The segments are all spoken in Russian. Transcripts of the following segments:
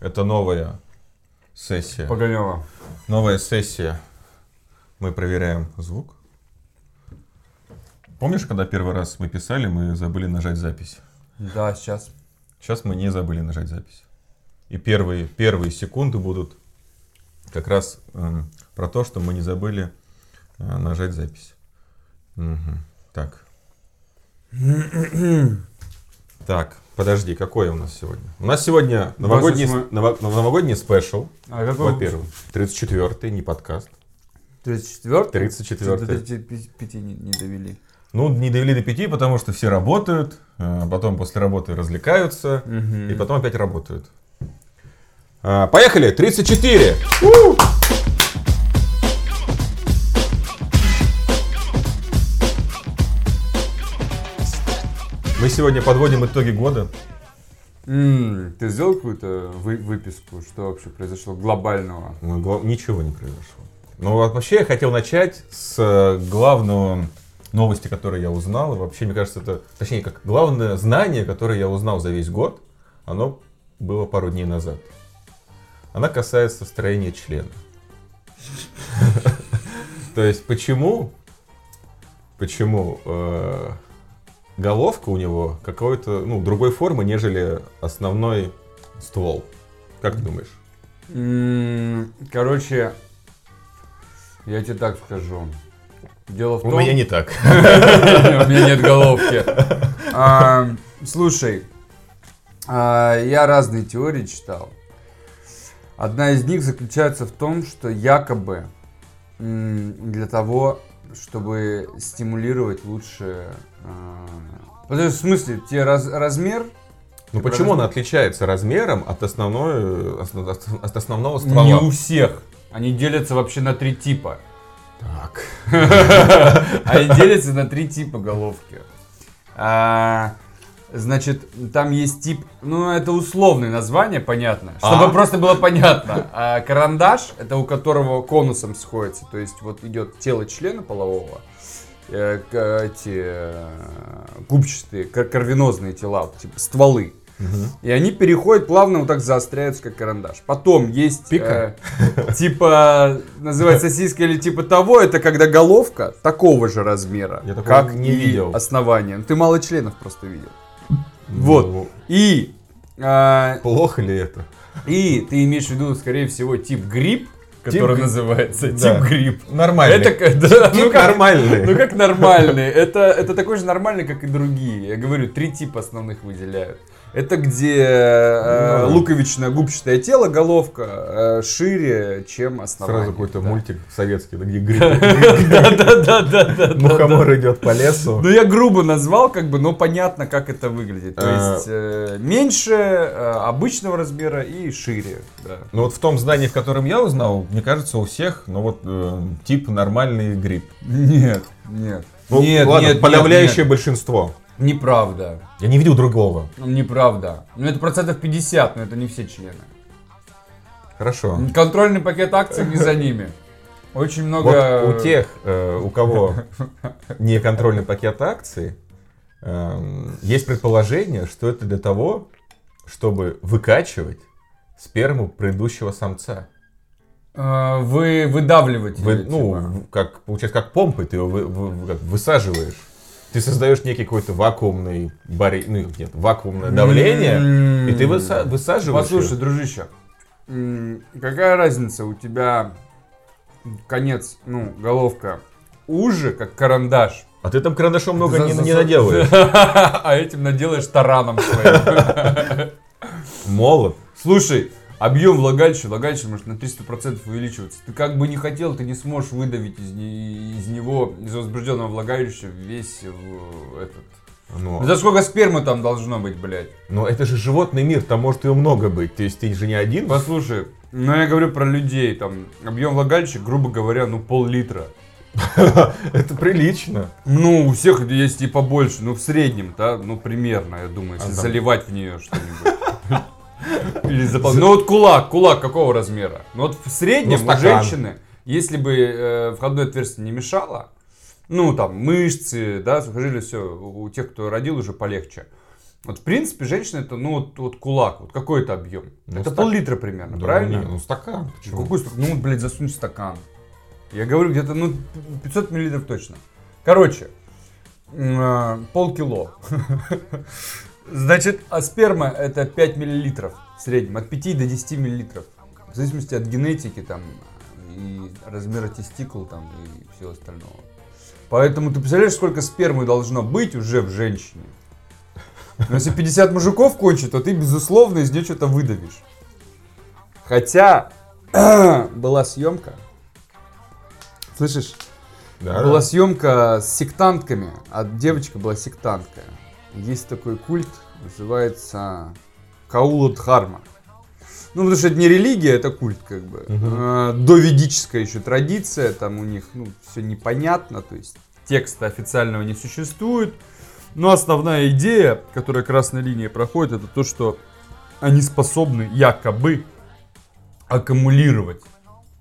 Это новая сессия. Погоняло. Новая сессия. Мы проверяем звук. Помнишь, когда первый раз мы писали, мы забыли нажать запись? Да, сейчас. Сейчас мы не забыли нажать запись. И первые, первые секунды будут как раз эм, про то, что мы не забыли э, нажать запись. Мгм. Так. так, подожди, какое у нас сегодня? У нас сегодня новогодний, с- 28. ново- новогодний спешл, А какой? во-первых. 34-й, не подкаст. 34 34-й. До 35 не, не довели. Ну, не довели до пяти, потому что все работают, э, потом после работы развлекаются, и потом опять работают. А, Поехали! 34! У! Мы сегодня подводим итоги года. М, ты сделал какую-то вы- выписку, что вообще произошло глобального? Ну, гла- Ничего не произошло. Ну, вот вообще я хотел начать с э, главного новости, которую я узнал. И вообще, мне кажется, это, точнее, как главное знание, которое я узнал за весь год, оно было пару дней назад. Она касается строения члена. То есть, почему, почему э, головка у него какой-то, ну, другой формы, нежели основной ствол? Как ты думаешь? М, Короче, я тебе так скажу. Дело в том... У меня не так. У меня нет головки. А, Слушай, а, я разные теории читал. Одна из них заключается в том, что якобы м, для того, чтобы стимулировать лучше... а, потому что, В смысле, тебе раз- размер Ну Ты почему правильно она отличается размером от, основной, э, осно- от- от основного ствола? не у всех. Они делятся вообще на три типа. Так. А Они делятся на три типа головки. А, значит, там есть тип, ну это условное название, понятно, чтобы А. просто было понятно. А, карандаш это у которого конусом сходится, то есть вот идет тело члена полового, э, к- эти э, губчатые, кар- карвинозные тела, вот, типа стволы. И они переходят плавно, вот так заостряются, как карандаш. Потом есть Пика? э, типа, называется сосиска или типа того, это когда головка такого же размера, Я такого как не и видел. основание. Ну, Ты мало членов просто видел. Вот. Ну, И, э, Плохо ли это? и ты имеешь в виду, скорее всего, тип гриб, который гри- называется Да. тип гриб. Нормально. Это к- да, ну как- нормальный. ну как нормальный? Это, это такой же нормальный, как и другие. Я говорю, три типа основных выделяют. Это где э, Ну. луковичное губчатое тело, головка э, шире, чем основание. Сразу какой-то да. мультик советский, да, где гриб, Да-да-да-да-да. мухомор идет по лесу. Ну я грубо назвал, как бы, но понятно, как это выглядит. То Э. есть э, меньше э, обычного размера и шире. да. Ну вот в том здании, в котором я узнал, мне кажется, у всех, ну вот э, тип нормальный гриб. Нет, нет. Ну, нет, ладно, нет, нет, подавляющее нет. большинство. Неправда. Я не видел другого. Ну, Неправда. Ну, это процентов 50, но это не все члены. Хорошо. Контрольный пакет акций не за ними. Очень Вот много... у тех, э, у кого не контрольный пакет акций, эм, есть предположение, что это для того, чтобы выкачивать сперму предыдущего самца. э, Вы выдавливаете. Вы- ну, типа. в- как, получается, как помпой ты его вы- вы- вы- как высаживаешь. Ты создаешь некий какой-то вакуумный бари... ну, нет, вакуумное давление, М. и ты выса- высаживаешь. её. М-м. Послушай, дружище, м, какая разница у тебя конец, ну, головка уже, как карандаш. А ты там карандашом много За- не, за- не за- наделаешь. А этим наделаешь тараном своим. Молот. Слушай, объем влагалища, влагалище может на 300% увеличиваться. Ты как бы не хотел, ты не сможешь выдавить из, не- из него, из возбужденного влагалища весь э, этот... Ну, За сколько спермы там должно быть, блядь? Но это же животный мир, там может ее много быть. То есть ты же не один Послушай, ну я говорю про людей, там, объем влагалища, грубо говоря, ну пол-литра. Это прилично. Ну, у всех есть и побольше, ну в среднем, да, ну примерно, я думаю, если А там- заливать в нее что-нибудь. Или запол- Ну вот кулак, кулак какого размера? Ну вот в Ну, среднем у стакан. женщины, если бы э, входное отверстие не мешало, ну там мышцы, да, сухожилия, все, у у тех, кто родил, уже полегче. Вот, в принципе, женщина это, ну, вот, вот кулак, вот какой-то объем. Ну, это стак- пол-литра примерно, Да, правильно? не, ну стакан, почему? Какой стакан? Ну, вот, блядь, засунь в стакан. Я говорю, где-то, ну, 500 миллилитров точно. Короче, м, э, полкило. Значит, а сперма это 5 миллилитров в среднем, от 5 до 10 миллилитров. В зависимости от генетики там и размера тестикул там и всего остального. Поэтому ты представляешь, сколько спермы должно быть уже в женщине? Но если 50 мужиков кончит, то ты, безусловно, из нее что-то выдавишь. Хотя была съемка. Слышишь? Да, была да. съемка с сектантками. А девочка была сектантка. Есть такой культ, называется Каула Дхарма. Ну, потому что это не религия, это культ, как бы. Мгм. Э, Доведическая еще традиция, там у них, ну, все непонятно, то есть текста официального не существует. Но основная идея, которая красной линией проходит, это то, что они способны якобы аккумулировать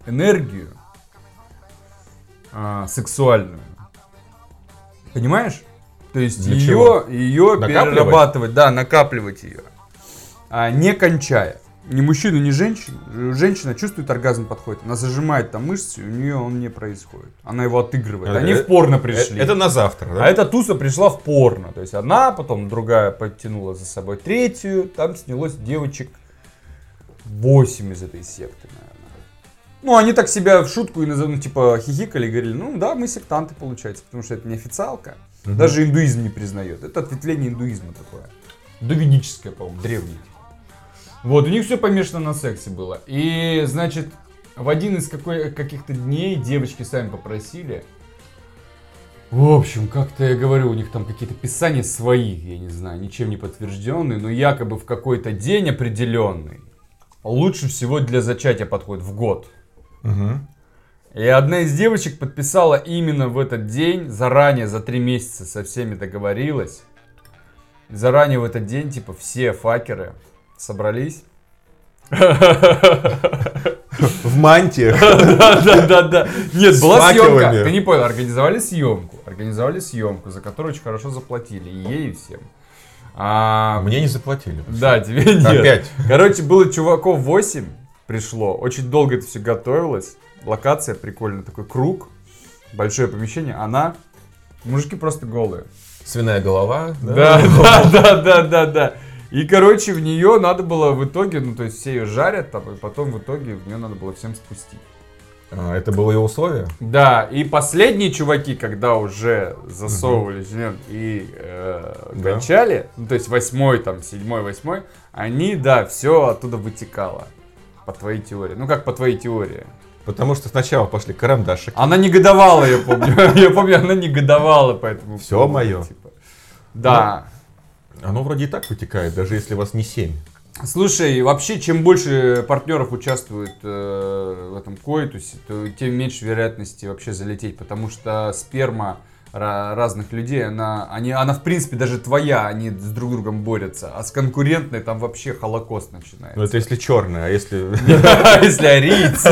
энергию а, сексуальную. Понимаешь? То есть Для ее, чего? ее Накапливать? перерабатывать, да, накапливать ее, а, не кончая. Ни мужчину, ни женщину. Женщина чувствует оргазм подходит. Она зажимает там мышцы, и у нее он не происходит. Она его отыгрывает. Э, Они э, в порно Э, пришли. Это на завтра, да? А эта туса пришла в порно. То есть одна, потом другая подтянула за собой третью. Там снялось девочек 8 из этой секты, наверное. Ну, они так себя в шутку и назовут, ну, типа, хихикали и говорили, ну да, мы сектанты, получается, потому что это не официалка. Мгм. Даже индуизм не признает. Это ответвление индуизма такое. Доведическое, по-моему, древнее. Вот, у них все помешано на сексе было. И, значит, в один из какой- каких-то дней девочки сами попросили. В общем, как-то я говорю, у них там какие-то писания свои, я не знаю, ничем не подтвержденные, но якобы в какой-то день определенный лучше всего для зачатия подходит в год. Мгм. И одна из девочек подписала именно в этот день, заранее, за три месяца со всеми договорилась. Заранее в этот день, типа, все факеры собрались. В мантиях. Да, да, да. Нет, С была съемка. факелами. Ты не понял, организовали съемку. Организовали съемку, за которую очень хорошо заплатили. И ей, и всем. А, Мне не заплатили. Да, тебе нет. Опять. Короче, было чуваков 8 пришло. Очень долго это все готовилось. Локация прикольная, такой круг. Большое помещение. Она... Мужики просто голые. Свиная голова. Да, да, да, да, да, да. И, короче, в нее надо было в итоге, ну, то есть все ее жарят, там, и потом в итоге в нее надо было всем спустить. А, Это было его условие? Да, и последние чуваки, когда уже засовывали член и э, Да. кончали, ну, то есть восьмой, там, седьмой, восьмой, они, да, все оттуда вытекало. По твоей теории. Ну, как по твоей теории. Потому что сначала пошли карандашики. Она негодовала, я помню. Я помню, она негодовала поэтому. Всё моё. типа. Да. Оно вроде и так вытекает, даже если вас не семь. Слушай, вообще, чем больше партнеров участвует э, в этом коитусе, то тем меньше вероятности вообще залететь, потому что сперма ра- разных людей, она, они, она в принципе даже твоя, они с друг другом борются, а с конкурентной там вообще холокост Ну начинается. это если черное, а если... Если арийцы.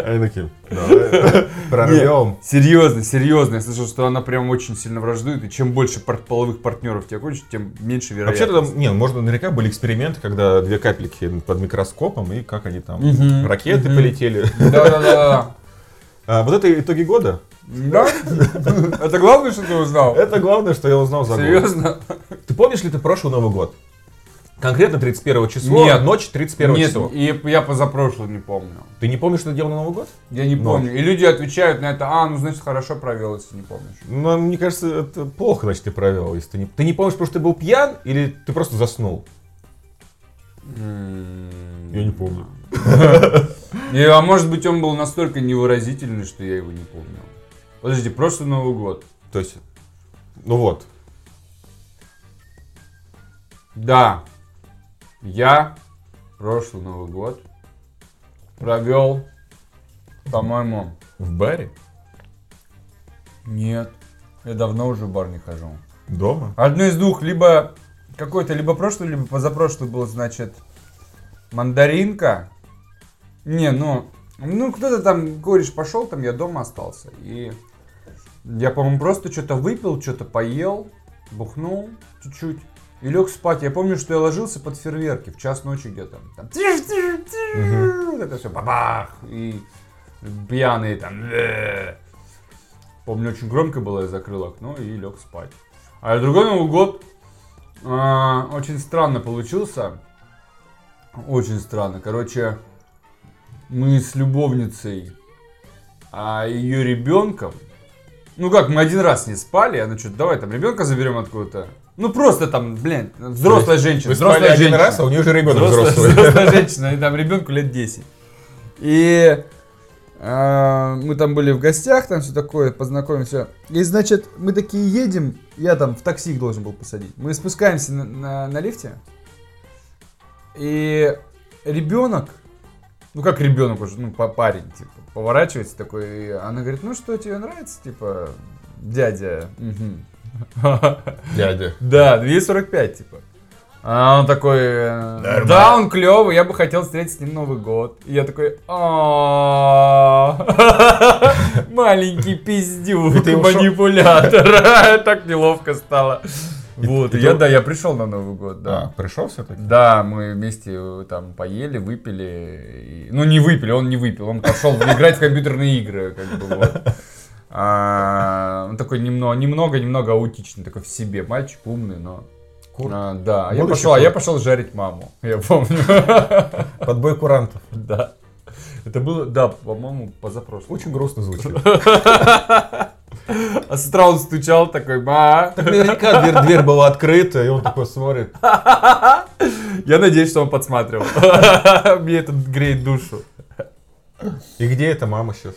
Они такие, давай, прорвем. Серьезно, серьезно, я слышал, что она прям очень сильно враждует, и чем больше пар- половых партнеров тебя кончит, тем меньше вероятность. Вообще-то там, не, можно наверняка были эксперименты, когда две капельки под микроскопом, и как они там, Мгм, ракеты мгм. полетели. Да-да-да. А, вот это итоги года. Да? Это главное, что ты узнал? Это главное, что я узнал за год. Серьезно? Ты помнишь ли ты прошлый Новый год? Конкретно 31 число, Нет. ночь 31 Нет, числа. и я позапрошлый не помню. Ты не помнишь, что ты делал на Новый год? Я не Ну. помню. И люди отвечают на это, а, ну значит хорошо провел, если не помнишь. Ну, мне кажется, это плохо, значит, ты провел. Если ты, не... ты не помнишь, потому что ты был пьян, или ты просто заснул? Я помню. А может быть он был настолько невыразительный, что я его не помнил. Подожди, прошлый Новый год. То есть, ну вот. Да, я прошлый Новый год провел, по-моему, В баре? нет. Я давно уже в бар не хожу. Дома? Одно из двух, либо какой-то, либо прошлый, либо позапрошлый был, значит, мандаринка. Не, ну, ну кто-то там, говоришь, пошел, там я дома остался. И я, по-моему, просто что-то выпил, что-то поел, бухнул чуть-чуть. и лег спать. Я помню, что я ложился под фейерверки в час ночи где-то. Там, тиш, тиш, тиш, вот это все, бабах, и пьяные там. э. Помню, очень громко было, я закрыл окно и лег спать. А другой Новый год а, очень странно получился. Очень странно. Короче, мы с любовницей, а ее ребенком. Ну как, мы один раз не спали, она что-то, давай там ребенка заберем откуда-то. Ну просто там, блин, взрослая женщина. Вы взрослые спали один женщина. раз, а у нее уже ребенок Взрослая, взрослый. взрослая женщина, и там ребенку лет 10. И а, мы там были в гостях, там все такое, познакомимся. И значит, мы такие едем, я там в такси их должен был посадить. Мы спускаемся на, на- на лифте, и ребенок, ну как ребенок уже, ну па- парень, типа, поворачивается такой, и она говорит, ну что, тебе нравится, типа, дядя? Мгм. Дядя. Да, 245, типа. А он такой, э, Нормально. да, он клевый, я бы хотел встретить с ним Новый год. И я такой, «А, маленький И пиздюк, ты ушел? манипулятор. Так неловко стало. И- Вот, и я, ты- А. да, я пришел на Новый год, да. Да, пришел все-таки? Да, мы вместе э, там поели, выпили. и- Ну, не выпили, он не выпил. Он пошел играть в компьютерные игры, как бы вот. А, он такой немного, немного, немного аутичный, такой в себе. Мальчик умный, но. Курт. А, да, а я Будущий пошел, а Курт. я пошел жарить маму. Я помню. Подбой курантов. Да. Это было, да, по-моему, позапрошлым. Очень грустно звучит. А с утра он стучал такой, ма. Так наверняка дверь, дверь была открыта, и он такой смотрит. Я надеюсь, что он подсматривал. Мне это греет душу. И где эта мама сейчас?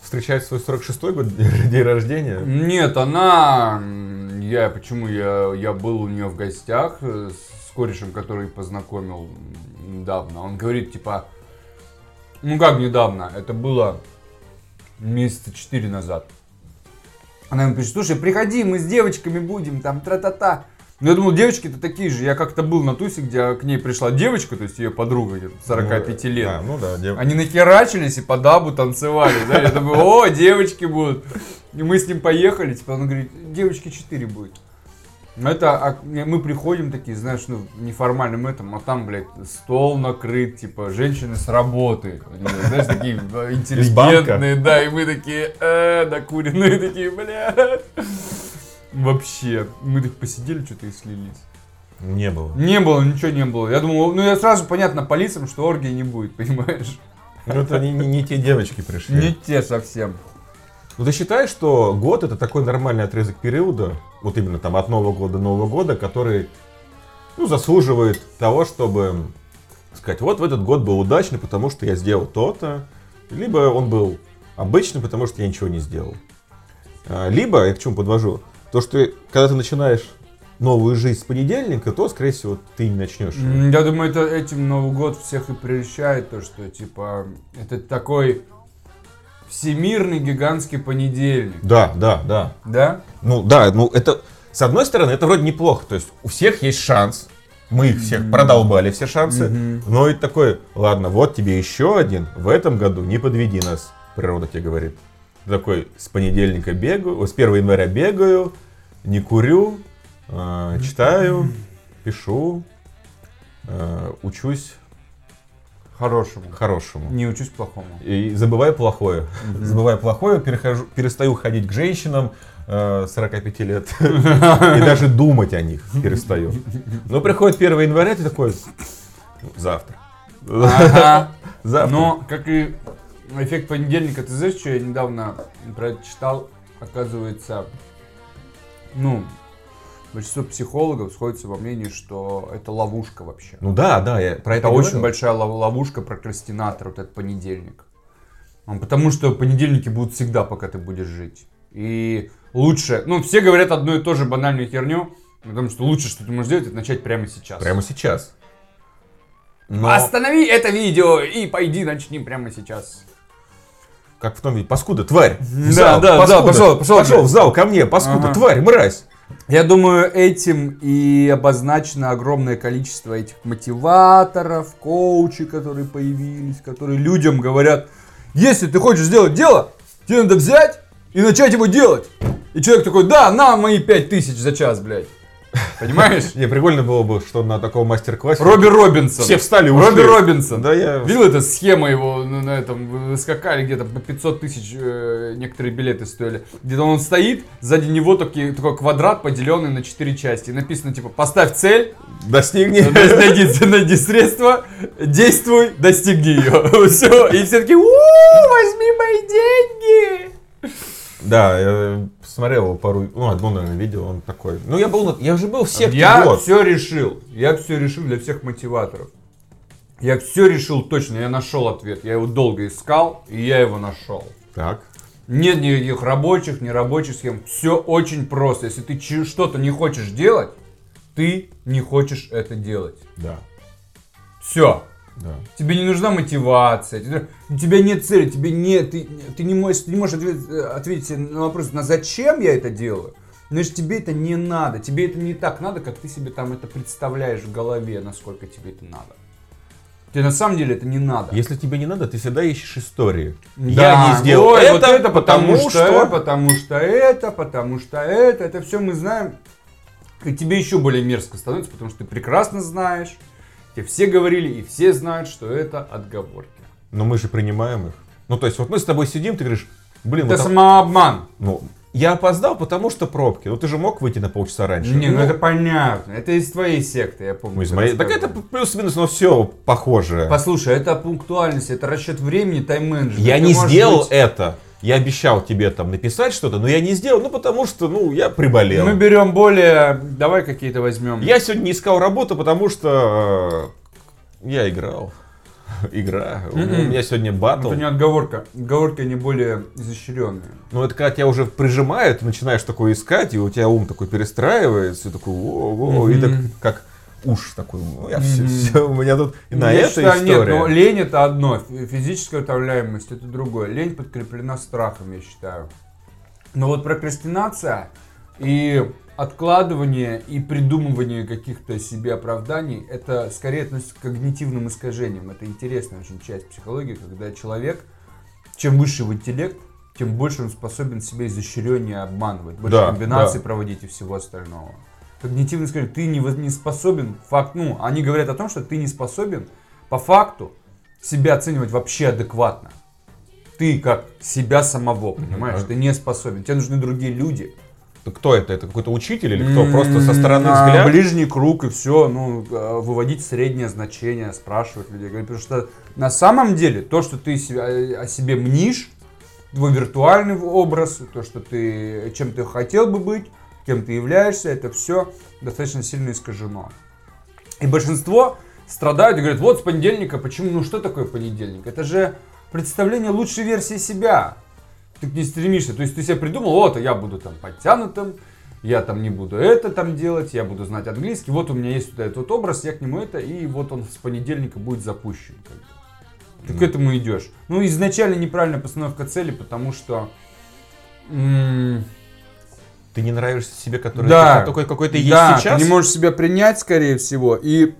Встречает свой 46-й год день день рождения? Нет, она... м, Я почему я, я был у нее в гостях э, с корешем, который познакомил м, недавно. Он говорит, типа... Ну как недавно? Это было месяца четыре назад. Она ему пишет, слушай, приходи, мы с девочками будем, там, тра-та-та. Ну, я думал, девочки-то такие же. Я как-то был на тусе, где к ней пришла девочка, то есть ее подруга, где-то 45 лет. А, ну да, дев- Они нахерачились и по дабу танцевали, да, я думаю, о, девочки будут. И мы с ним поехали, типа, он говорит, девочки 4 будет. Ну, Это, а, не, мы приходим такие, знаешь, ну, в неформальном этом, а там, блядь, стол накрыт, типа, женщины с работы. Они, знаешь, такие э, интеллигентные, да, и мы такие, э, накуренные, такие, блядь. Вообще, мы так посидели что-то и слились. не было. Не было, ничего не было. Я думал, ну, я сразу, понятно, по лицам, что оргии не будет, понимаешь? Ну это не, не- не те девочки пришли. Не те совсем. Ну ты считаешь, что год это такой нормальный отрезок периода, вот именно там от Нового года до Нового года, который ну, заслуживает того, чтобы сказать, вот в этот год был удачный, потому что я сделал то-то, либо он был обычный, потому что я ничего не сделал. А, Либо, я к чему подвожу, то, что когда ты начинаешь новую жизнь с понедельника, то, скорее всего, ты не начнешь. М, Я думаю, это этим Новый год всех и прельщает, то, что, типа, это такой всемирный гигантский понедельник, Да, да, да. да? Ну да, ну это с одной стороны это вроде неплохо, то есть у всех есть шанс, мы их всех продолбали все шансы, Мгм. но и такой, ладно, вот тебе еще один в этом году, не подведи нас, природа тебе говорит. Ты Такой с понедельника бегаю, о, с 1 января бегаю, не курю, а, читаю, пишу, а, учусь Хорошему. хорошему. Не учусь плохому. И забываю плохое. Забываю плохое, перехожу, перестаю ходить к женщинам э, 45 лет. И даже думать о них перестаю. Но приходит 1 января, ты такой, «Ну, завтра. Ага. Завтра. Но, как и эффект понедельника, ты знаешь, что я недавно про это читал? Оказывается, ну, большинство психологов сходится во мнении, что это ловушка вообще. Ну да, да, я про это Это очень говорил. большая лов- ловушка прокрастинатора, вот этот понедельник. А, Потому что понедельники будут всегда, пока ты будешь жить. И лучше, ну все говорят одну и ту же банальную херню, потому что лучше, что ты можешь сделать, это начать прямо сейчас. Прямо сейчас. Но, А Останови это видео и пойди начни прямо сейчас. как в том виде, паскуда, тварь. В Да, зал, да, да, паскуда. пошел, пошел. в зал ко мне, паскуда, Ага. тварь, мразь. Я думаю, этим и обозначено огромное количество этих мотиваторов, коучей, которые появились, которые людям говорят, если ты хочешь сделать дело, тебе надо взять и начать его делать. И человек такой, да, на мои пять тысяч за час, блядь. Понимаешь? Не, прикольно было бы, что на таком мастер-классе Робби Робинсон. все встали и ушли. Робби Робинсон. Да, я... Видел эта схема его ну, на этом, скакали где-то по 500 тысяч э, некоторые билеты стоили. Где-то он стоит, сзади него такие, такой квадрат, поделенный на 4 части. И написано типа «Поставь цель, Достигни. Ну, найди, найди средства, действуй, достигни ее». Все, и все такие «У, возьми мои деньги!» Да, я смотрел его пару, ну, одно, наверное, видео, он такой. Ну, я был, на- я же был в секте, Я вот. все решил. Я все решил для всех мотиваторов. Я все решил точно, я нашел ответ. Я его долго искал, и я его нашел. Так. Нет никаких рабочих, не рабочих схем. Все очень просто. Если ты чи- что-то не хочешь делать, ты не хочешь это делать. Да, Все. да. Тебе не нужна мотивация. тебе- у тебя нет цели, тебе нет, ты, ты не можешь, ты не можешь ответить, э, ответить на вопрос, на зачем я это делаю. Значит, тебе это не надо, тебе это не так надо, как ты себе там это представляешь в голове, насколько тебе это надо. Тебе на самом деле это не надо. Если тебе не надо, ты всегда ищешь истории. Да, я не сделал ой, это, вот это потому что, что... потому что это, потому что это, это все мы знаем. И тебе еще более мерзко становится, потому что ты прекрасно знаешь, тебе все говорили и все знают, что это отговорки. Но мы же принимаем их. Ну, то есть, вот мы с тобой сидим, ты говоришь, блин, Это вот там- самообман. ну, я опоздал, потому что пробки. Ну, ты же мог выйти на полчаса раньше. Не, ну это понятно. Это из твоей секты, я помню. Ну, из ты моей... Так это рассказывал. плюс-минус, но все похоже. Послушай, это пунктуальность, это расчет времени, тайм-менеджмент. Я Ты не можешь сделал быть- это. Я обещал тебе там написать что-то, но я не сделал, ну потому что, ну, я приболел. Мы берем более... Давай какие-то возьмем. Я сегодня не искал работу, потому что э, я играл. Игра. У Мгм. меня сегодня Это батл. А не отговорка. Отговорки, они более изощренные. Ну, это когда тебя уже прижимают, ты начинаешь такое искать, и у тебя ум такой перестраивается, и такой, о, о, и так Мгм. как уж такой, ну, я все, Мгм. у меня тут и на М-м. Я это считаю, Нет, но история. лень это одно, фи- физическая утомляемость это другое. Лень подкреплена страхом, я считаю. Но вот прокрастинация и откладывание и придумывание каких-то себе оправданий, это скорее относится к когнитивным искажениям. Это интересная очень часть психологии, когда человек, чем выше его интеллект, тем больше он способен себя изощреннее обманывать, больше Да, комбинаций да. проводить и всего остального. Когнитивно скажем, ты не, воз- не способен, факт, ну, они говорят о том, что ты не способен по факту себя оценивать вообще адекватно. Ты как себя самого, понимаешь, А- ты не способен, тебе нужны другие люди. Ну, Кто это? Это какой-то учитель или кто? Просто со М, стороны М-м, а, взгляд? Ближний круг и все, ну, э, выводить среднее значение, спрашивать людей. говорить, Потому что на самом деле то, что ты себя- э, о себе мнишь, твой виртуальный образ, то, что ты, чем ты хотел бы быть, кем ты являешься, это все достаточно сильно искажено. И большинство страдают и говорят, вот с понедельника, почему, ну что такое понедельник? Это же представление лучшей версии себя. Ты к ней стремишься. То есть ты себе придумал, вот я буду там подтянутым, я там не буду это там делать, я буду знать английский, вот у меня есть вот этот вот образ, я к нему это, и вот он с понедельника будет запущен. как бы. Ты к этому идешь. Ну, изначально неправильная постановка цели, потому что... м, Ты не нравишься себе, который Да. ты такой, какой ты есть да, сейчас? ты не можешь себя принять, скорее всего, и,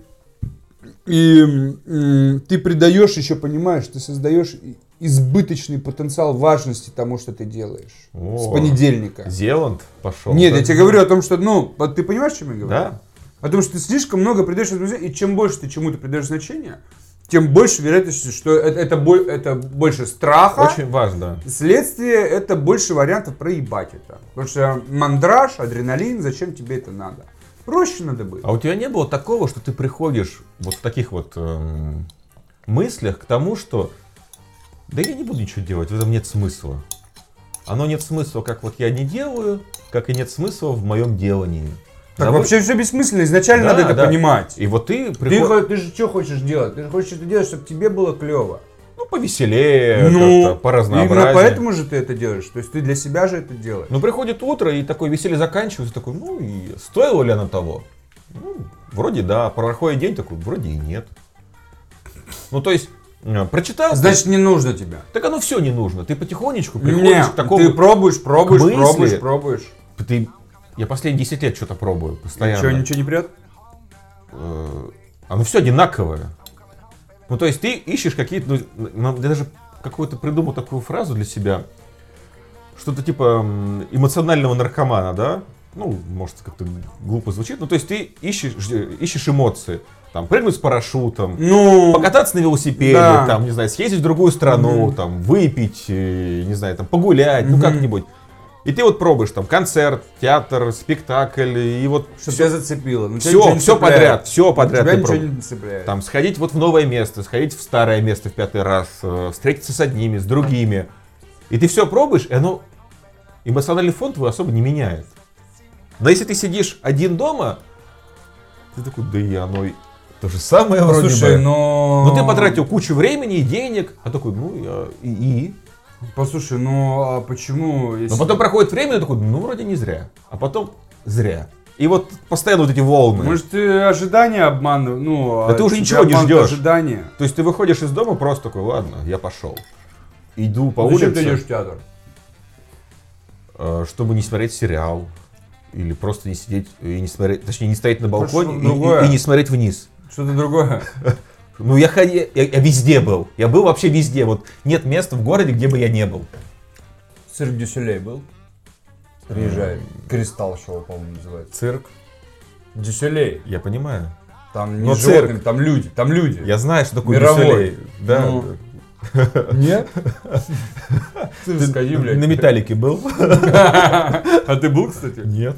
и м, ты придаешь еще, понимаешь, ты создаешь и- избыточный потенциал важности тому, что ты делаешь. О. С понедельника. Зеланд пошел. Нет, да? я тебе говорю о том, что, ну, вот ты понимаешь, о чем я говорю? Да? О том, что ты слишком много придаешь этому значения, и чем больше ты чему-то придаешь значения, тем больше вероятность, что это, это, бо- это больше страха. Очень важно. Следствие это больше вариантов проебать это. Потому что мандраж, адреналин, зачем тебе это надо? Проще надо быть. А у тебя не было такого, что ты приходишь вот в таких вот эм, мыслях к тому, что да я не буду ничего делать, в этом нет смысла. Оно нет смысла, как вот я не делаю, как и нет смысла в моем делании. Так Давай- вообще все бессмысленно, изначально Да, надо это да. понимать. И вот ты Ты, приходишь, хо- ты же что хочешь делать? Ты же хочешь это делать, чтобы тебе было клево. ну, повеселее, как-то Ну, именно поразнообразнее. поэтому же ты это делаешь. То есть ты для себя же это делаешь. Ну, приходит утро, и такое веселье заканчивается, такой, ну, и стоило ли оно того? Ну, вроде да. Проходит день такой, вроде и нет. Ну, то есть, э, прочитал, ты- Значит, не нужно тебя. так оно все не нужно. Ты потихонечку приходишь Нет, к такому... ты пробуешь, пробуешь, мысли. пробуешь, пробуешь. Ты- Я последние 10 лет что-то пробую постоянно. Ничего, ничего не прет? Э, Оно все одинаковое. Ну, то есть ты ищешь какие-то... ну, ну, я даже какую-то придумал такую фразу для себя. Что-то типа м, эмоционального наркомана, да? ну, может, как-то глупо звучит, ну, то есть ты ищешь, жд- ищешь эмоции, там, прыгнуть с парашютом, Ну, покататься на велосипеде, Да. там, не знаю, съездить в другую страну, там, выпить, э, не знаю, там, погулять, ну, Мгм. как-нибудь. И ты вот пробуешь там концерт, театр, спектакль, и вот чтобы тебя зацепило. Ну, тебя ничего все, не все цепляет. подряд, все подряд Тебя ты ничего пробуешь. не цепляет. Там сходить вот в новое место, сходить в старое место в пятый раз, э, встретиться с одними, с другими. И ты все пробуешь, и оно эмоциональный фон твой особо не меняет. Но если ты сидишь один дома, ты такой, да и оно и то же самое Ну, вроде Слушай, бы. но... Но ты потратил кучу времени и денег, а такой, ну я- и, и. Послушай, ну а почему... Но если- потом проходит время, и ты такой, ну вроде не зря. А потом зря. И вот постоянно вот эти волны. Может, ты ожидания обманываешь? Ну, Да а ты уже тебя ничего не обманут ждешь. ожидания. То есть ты выходишь из дома просто такой, ладно, я пошел. Иду по Зачем улице. ты идешь в театр? э, чтобы не смотреть сериал. Или просто не сидеть э, и не смотреть, точнее, не стоять на Потому балконе что и- другое. и, и не смотреть вниз. Что-то другое. Ну, я, ходи- я, я везде был. Я был вообще везде. Вот нет места в городе, где бы я не был. Цирк Дюсселей был? Приезжает. Кристалл шоу, по-моему, называется. Цирк, Дюсселей. я понимаю. Там не Но животные, там люди. Там люди. Я знаю, что такое Мировой. Дюсселей. Да. Ну, Нет? Ты Ты сходи, блядь. на металлике был? А ты был, кстати? Нет.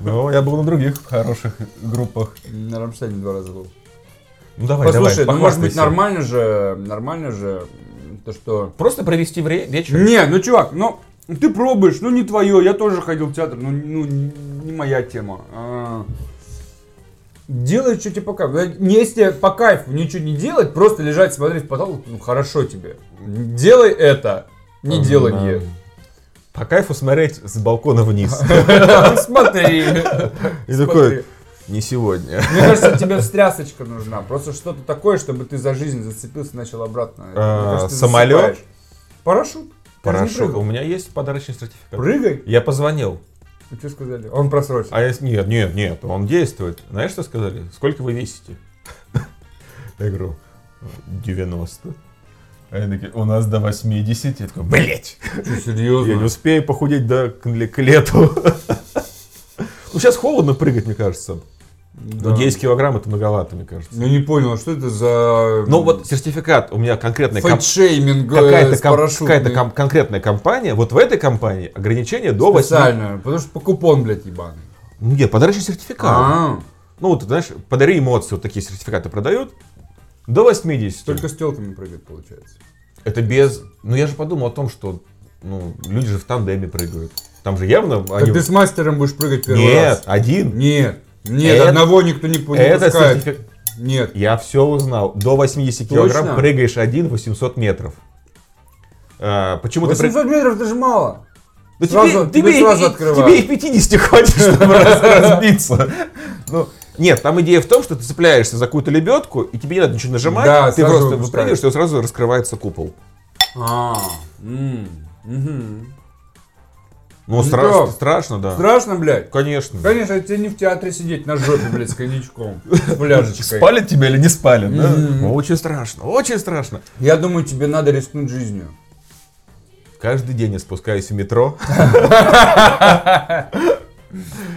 Но я был на других хороших группах. На Рамштайне два раза был. Ну давай, Послушай, давай, ну может быть похвастайся. нормально же, нормально же, м, то что... Просто провести вре- вечер. Не, ну чувак, ну ты пробуешь, ну не твое, я тоже ходил в театр, ну, ну не моя тема. А, Делай, что тебе по кайфу. Э, не, Если по кайфу ничего не делать, просто лежать, смотреть в потолок, ну хорошо тебе. Делай это, не Эм, делай эм, По кайфу смотреть с балкона вниз. Смотри. И Смотри. такой, не сегодня. Мне кажется, тебе встрясочка нужна. Просто что-то такое, чтобы ты за жизнь зацепился и начал обратно. Мне А, кажется, ты самолет? засыпаешь. Парашют. Ты же не Парашют. прыгал. У меня есть подарочный сертификат. Прыгай. Я позвонил. И что сказали? Он просрочил. А я... с- Нет, нет, нет, он действует. Знаешь, что сказали? Сколько вы весите? Я говорю, 90. А Они такие, у нас до 80. Я такой, блять, А Что, я не серьезно? успею похудеть до к, ле- к лету. Ну, сейчас холодно прыгать, мне кажется. Но 10 килограмм это многовато, мне кажется. Я не понял, а что это за... Ну, вот сертификат у меня конкретная комп- Фэйтшейминг какая-то э, с ком- парашютом. какая-то ком- конкретная компания, вот в этой компании ограничение до 8. Специально, потому что по купон, блядь, ебаный. Ну, Нет, подарочный сертификат. А, Ну, вот, знаешь, подари эмоции, вот такие сертификаты продают. До 80. Только с телками прыгать, получается. Это без... Ну, я же подумал о том, что ну, люди же в тандеме прыгают. Там же явно Так они... ты с мастером будешь прыгать первый А Нет, раз. один. Нет. Нет, Это- одного никто не пу- не это пускает. сертифи- Нет. Я все узнал. До 80 Точно? килограмм прыгаешь один 800 метров. А, почему ты... прыг- 800 метров, это же мало. Да сразу- тебе, тебе тебе, сразу и- открывают. тебе и 50 хватит, чтобы раз- разбиться. Ну, нет, там идея в том, что ты цепляешься за какую-то лебедку, и тебе не надо ничего нажимать, Да, ты сразу просто выпускает. выпрыгиваешь, и сразу раскрывается купол. А, м, мгм. Ну, Ну, стра- да. страшно, да. Страшно, блядь? Конечно. Конечно, тебе не в театре сидеть на жопе, блядь, с коньячком, с пляжечкой. Спалит тебя или не спалит, да? Мгм. Очень страшно, очень страшно. Я думаю, тебе надо рискнуть жизнью. Каждый день я спускаюсь в метро,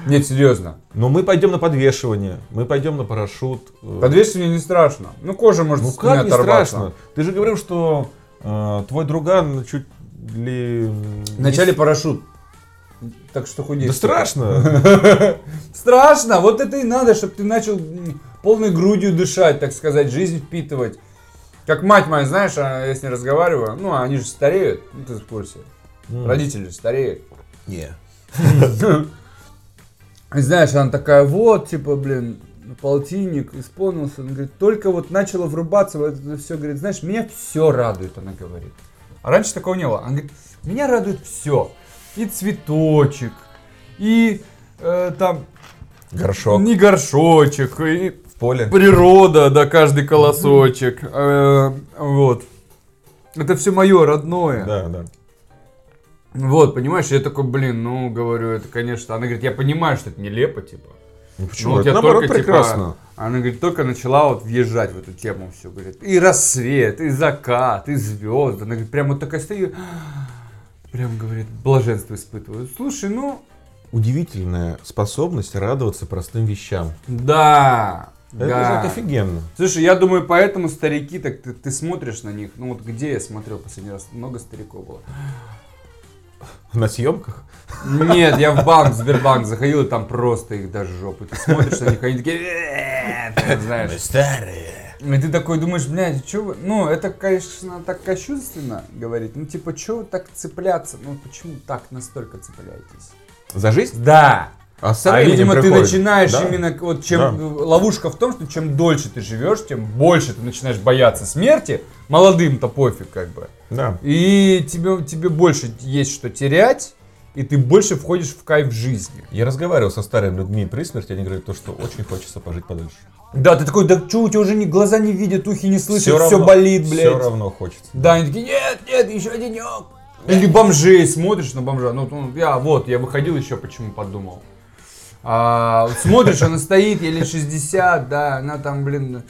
Нет, серьезно. но мы пойдем на подвешивание, мы пойдем на парашют. Э, Подвешивание не страшно. Ну, кожа может Ну с спины как не оторваться. страшно? Ты же говорил, что э, твой друган чуть ли... м, Вначале парашют. Так что не- худеть. Да страшно. Страшно! Вот это и надо, чтобы ты начал м, полной грудью дышать, так сказать, жизнь впитывать. Как мать моя, знаешь, а, я с ней разговариваю, ну, они же стареют, ну, ты в курсе. М. Родители же стареют. Не. И знаешь, она такая, вот, типа, блин, полтинник, исполнился. Она говорит, только вот начала врубаться, вот это все, говорит, знаешь, меня все радует, она говорит. А раньше такого не было. Она говорит, меня радует все. И цветочек, и э, там Горшок не горшочек, и в поле. природа, да, каждый колосочек. Э, вот. Это все мое родное. Да, да. Вот, понимаешь, я такой, блин, ну, говорю, это, конечно. Она говорит, я понимаю, что это нелепо, типа. Ну Ну, почему? у Это тебя наоборот только, типа, прекрасно. Она говорит, только начала вот въезжать в эту тему все, говорит. И рассвет, и закат, и звезды. Она говорит, прям вот такая стою, прям, говорит, блаженство испытываю. Слушай, ну, удивительная способность радоваться простым вещам. Да. Это да. же офигенно. Слушай, я думаю, поэтому старики, так ты, ты смотришь на них. Ну вот где я смотрел последний раз? Много стариков было. На съемках? Нет, я в банк, в Сбербанк заходил, и там просто их до жопы. Ты смотришь на них, они такие... «Э-э-э», ты вот знаешь. старые. И ты такой думаешь, блядь, что вы... Ну, это, конечно, так кощунственно говорить. Ну, типа, что вы так цепляться? Ну, почему так настолько цепляетесь? За жизнь? Да. А, А, видимо, ты начинаешь Да. именно, вот чем ловушка в том, что чем дольше ты живешь, тем больше ты начинаешь бояться смерти. Молодым-то пофиг, как бы. Да. И тебе, тебе больше есть что терять, и ты больше входишь в кайф жизни. Я разговаривал со старыми людьми при смерти, они говорят, то, что очень хочется пожить подольше. Да, ты такой, да что, у тебя уже ни, глаза не видят, ухи не слышат, все, равно- болит, блядь. Все равно хочется. Да, они такие, нет, нет, еще денек. Или бомжей, смотришь на бомжа, ну, вот он, я вот, я выходил еще, почему подумал. А, смотришь, она стоит, ей лет 60, да, она там, блин...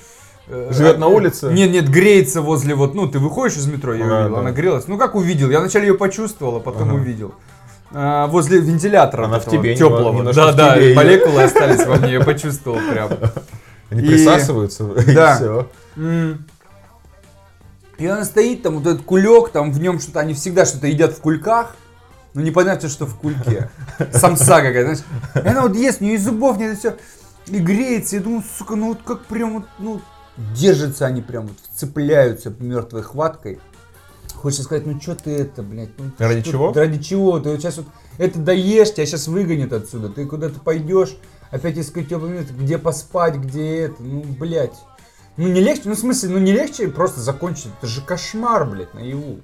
э, Живет на улице? Нет, нет, греется возле вот, ну, ты выходишь из метро, я Да, увидел, да. она грелась. Ну, как увидел, я вначале ее почувствовал, а потом Ага. увидел. А, возле вентилятора. Она вот в этого тебе, не во- не теплого. на Да, что в да, тебе. молекулы остались во мне, я почувствовал прям. Они И- присасываются, Да. и все. М. И она стоит, там вот этот кулек, там в нем что-то, они всегда что-то едят в кульках, но непонятно, Ну, что в кульке. Самса какая-то, знаешь. И она вот ест, у нее и зубов нет, и все. И греется, я думаю, сука, ну вот как прям вот, ну, держатся они прям, вот вцепляются мертвой хваткой. Хочется сказать, ну что ты это, блядь? ну Ради что- чего? Ради чего? Ты вот сейчас вот это доешь, тебя сейчас выгонят отсюда. Ты куда-то пойдешь, опять искать теплый место, где поспать, где это, ну, блядь. Ну не легче, ну в смысле, ну не легче просто закончить, это же кошмар, блядь, наяву.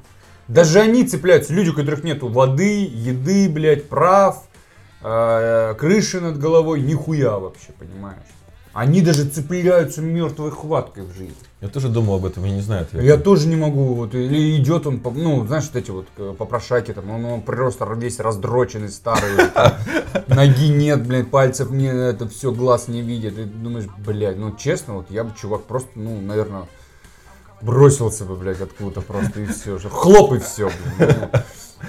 Даже они цепляются, люди, у которых нету воды, еды, блядь, прав, э, крыши над головой, нихуя вообще, понимаешь? Они даже цепляются мертвой хваткой в жизни. Я тоже думал об этом, я не знаю ответа. Я тоже не могу, вот, или идет он, по- ну, знаешь, вот эти вот э, попрошайки, там, он, он просто весь раздроченный, старый, уже, там, ноги нет, блядь, пальцев не, это все, глаз не видит, и ты думаешь, блядь, ну, честно, вот, я бы, чувак, просто, ну, наверное, бросился бы, блядь, откуда-то просто, и все же, хлоп, и все,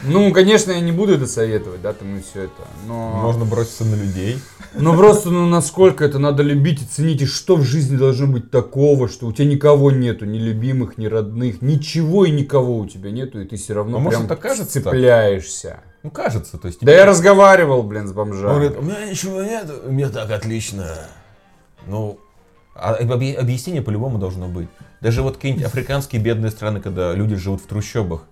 ну, ну, конечно, я не буду это советовать, да, там, и все это, но... Можно броситься на людей. Ну просто, ну насколько это надо любить и ценить, и что в жизни должно быть такого, что у тебя никого нету, ни любимых, ни родных, ничего и никого у тебя нету, и ты все равно А может, прям это кажется так? цепляешься. Ну, кажется, то есть... Да я разговаривал, блин, с бомжами. Он говорит, у меня ничего нет, мне так отлично. Ну, а объ- объяснение по-любому должно быть. Даже вот какие-нибудь африканские бедные страны, когда люди живут в трущобах,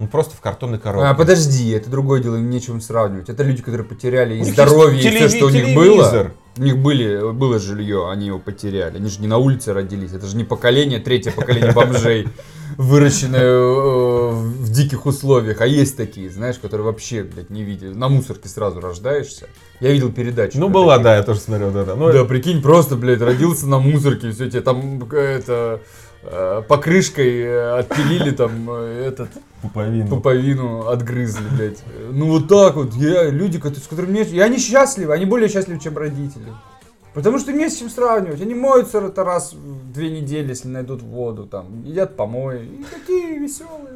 ну просто в картонной коробке. Ну, А, подожди, это другое дело, им нечем сравнивать. Это люди, которые потеряли и них здоровье, есть и все, телеви- что у них телевизор. было. У них были, было жилье, они его потеряли. Они же не на улице родились, это же не поколение, третье поколение бомжей, выращенное э, в диких условиях. А есть такие, знаешь, которые вообще, блядь, не видели. На мусорке сразу рождаешься. Я видел передачу. Ну про была, таких. да, я тоже смотрел, да, да. Ну, Да, прикинь, просто, блядь, родился на мусорке, все тебе там э, это э, покрышкой э, отпилили там э, этот пуповина. пуповину отгрызли, блядь. Ну вот так вот, я, люди, кот- с которыми нет... И они счастливы, они более счастливы, чем родители. Потому что не с чем сравнивать. Они моются это раз в две недели, если найдут воду, там, едят помои. И такие веселые.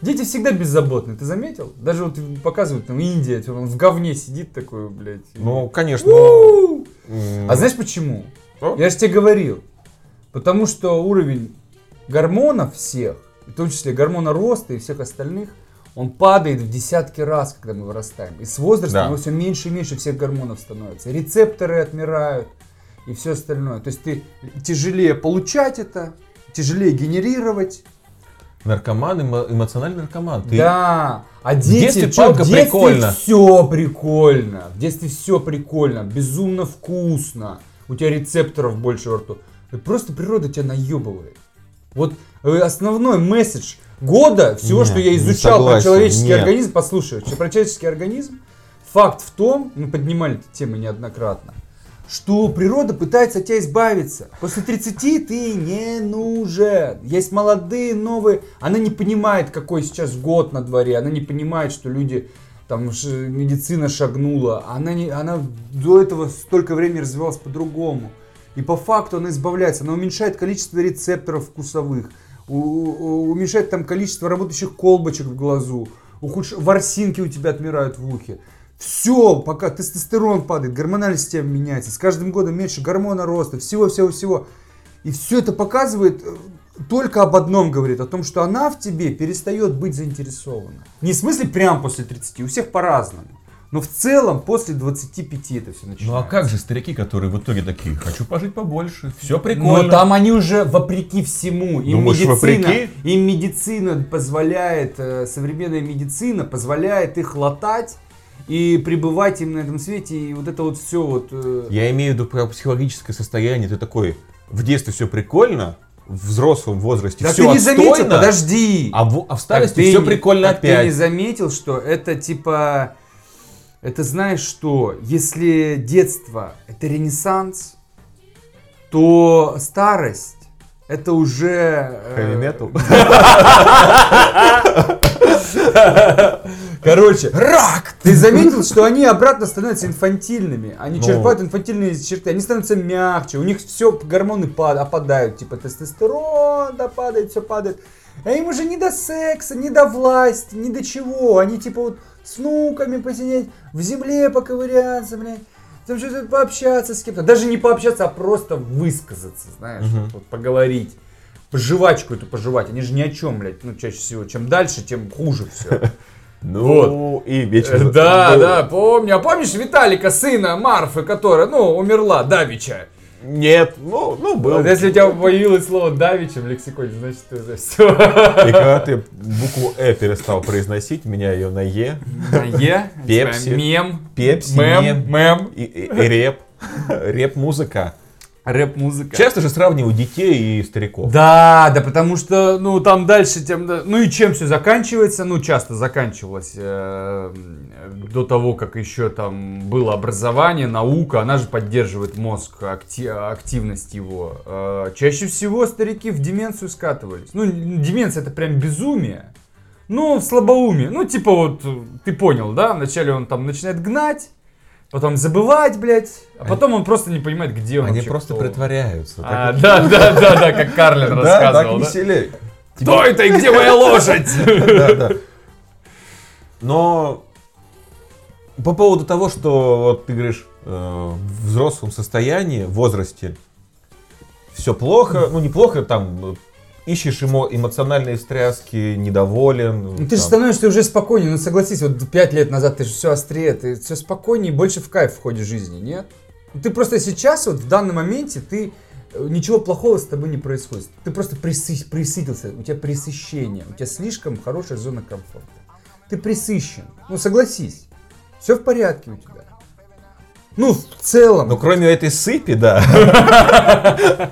Дети всегда беззаботные, ты заметил? Даже вот показывают, там, Индия, типа, он в говне сидит такой, блядь. Ну, конечно. У-у-у. м, А знаешь почему? Ну? Я же тебе говорил. Потому что уровень гормонов всех, в том числе гормона роста и всех остальных, он падает в десятки раз, когда мы вырастаем. И с возрастом Да. его все меньше и меньше всех гормонов становится. Рецепторы отмирают и все остальное. То есть ты тяжелее получать это, тяжелее генерировать. наркоман, эмо- эмоциональный наркоман. Ты Да. А дети, детстве чё, палка в детстве прикольно. все прикольно. В детстве все прикольно, безумно вкусно. У тебя рецепторов больше во рту. И Просто природа тебя наебывает. Вот э, основной месседж года, всего, Не, что я не изучал про согласен, человеческий нет. организм, послушай, что про человеческий организм, факт в том, мы поднимали эту тему неоднократно, что природа пытается от тебя избавиться. После 30 ты не нужен. Есть молодые, новые. Она не понимает, какой сейчас год на дворе. Она не понимает, что люди там ш- медицина шагнула. Она, не, она до этого столько времени развивалась по-другому. И по факту она избавляется. Она уменьшает количество рецепторов вкусовых. у- у- уменьшает там количество работающих колбочек в глазу. Ухудш... Ворсинки у тебя отмирают в ухе. Все, пока тестостерон падает, гормональная система меняется, с каждым годом меньше гормона роста, всего-всего-всего. И все это показывает э, только об одном говорит, о том, что она в тебе перестает быть заинтересована. Не в смысле прям после 30, у всех по-разному. Но в целом после 25 это все начинается. Ну а как же старики, которые в итоге такие, хочу пожить побольше, все прикольно. Но там они уже вопреки всему. Им Думаешь, медицина, вопреки? им медицина позволяет, э, современная медицина позволяет их латать и пребывать им на этом свете. И вот это вот все вот... э, Я имею в виду про психологическое состояние. Ты такой, в детстве все прикольно, в взрослом возрасте Да все ты не отстойно, заметил, подожди. а в, а в Так старости ты все не- прикольно так Ты не опять. заметил, что это типа... Это знаешь что? Если детство — это ренессанс, то старость — это уже... э, Короче, рак! Ты заметил, что они обратно становятся инфантильными. Они Ну. черпают инфантильные черты, они становятся мягче, у них все гормоны пад- опадают, типа тестостерон, да падает, все падает. А им уже не до секса, не до власти, ни до чего. Они типа вот с внуками посидеть, в земле поковыряться, блядь. Там что-то пообщаться с кем-то. Даже не пообщаться, а просто высказаться, знаешь, Мгм. вот, вот поговорить. Пожевачку эту пожевать. Они же ни о чем, блядь. Ну, чаще всего, чем дальше, тем хуже все. Ну, и Э, вечер. Да, да, помню. А помнишь Виталика, сына Марфы, которая, ну, умерла, Давича? Нет, ну, ну, был. Вот если у тебя появилось слово Давича в лексиконе, значит, ты за все. И когда ты букву «э» перестал произносить, меня ее на «е», Е, Пепси. мем, «пепси», мем, «мем», мем. и, и- и «реп», реп-музыка. Рэп-музыка. Часто же сравнивают детей и стариков. Да, да, потому что, ну, там дальше, тем, да- ну и чем все заканчивается, ну, часто заканчивалось э, до того, как еще там было образование, наука, она же поддерживает мозг, акти- активность его. Э, чаще всего старики в деменцию скатывались. Ну, деменция это прям безумие. Ну, в слабоумие. Ну, типа вот, э, ты понял, да? Вначале он там начинает гнать, потом забывать, блядь, а Они- потом он просто не понимает, где он Они вообще, просто кто он. притворяются. А, да, да, да, да, как Карлин да, так рассказывал. да? веселее. Кто это и где моя лошадь? Да, да. Но по поводу того, что вот ты говоришь, э, в взрослом состоянии, в возрасте все плохо, ну неплохо, там э, ищешь эмо- эмоциональные встряски, недоволен. Ну, Ты же там. становишься уже спокойнее, ну согласись, вот пять лет назад ты же все острее, ты все спокойнее и больше в кайф в ходе жизни, нет? Ну, Ты просто сейчас, вот в данном моменте, ты э, ничего плохого с тобой не происходит. Ты просто присыщ- присытился, у тебя пресыщение, у тебя слишком хорошая зона комфорта. Ты присыщен, ну согласись, все в порядке у тебя. Ну, в целом. Ну кроме этой сыпи, да.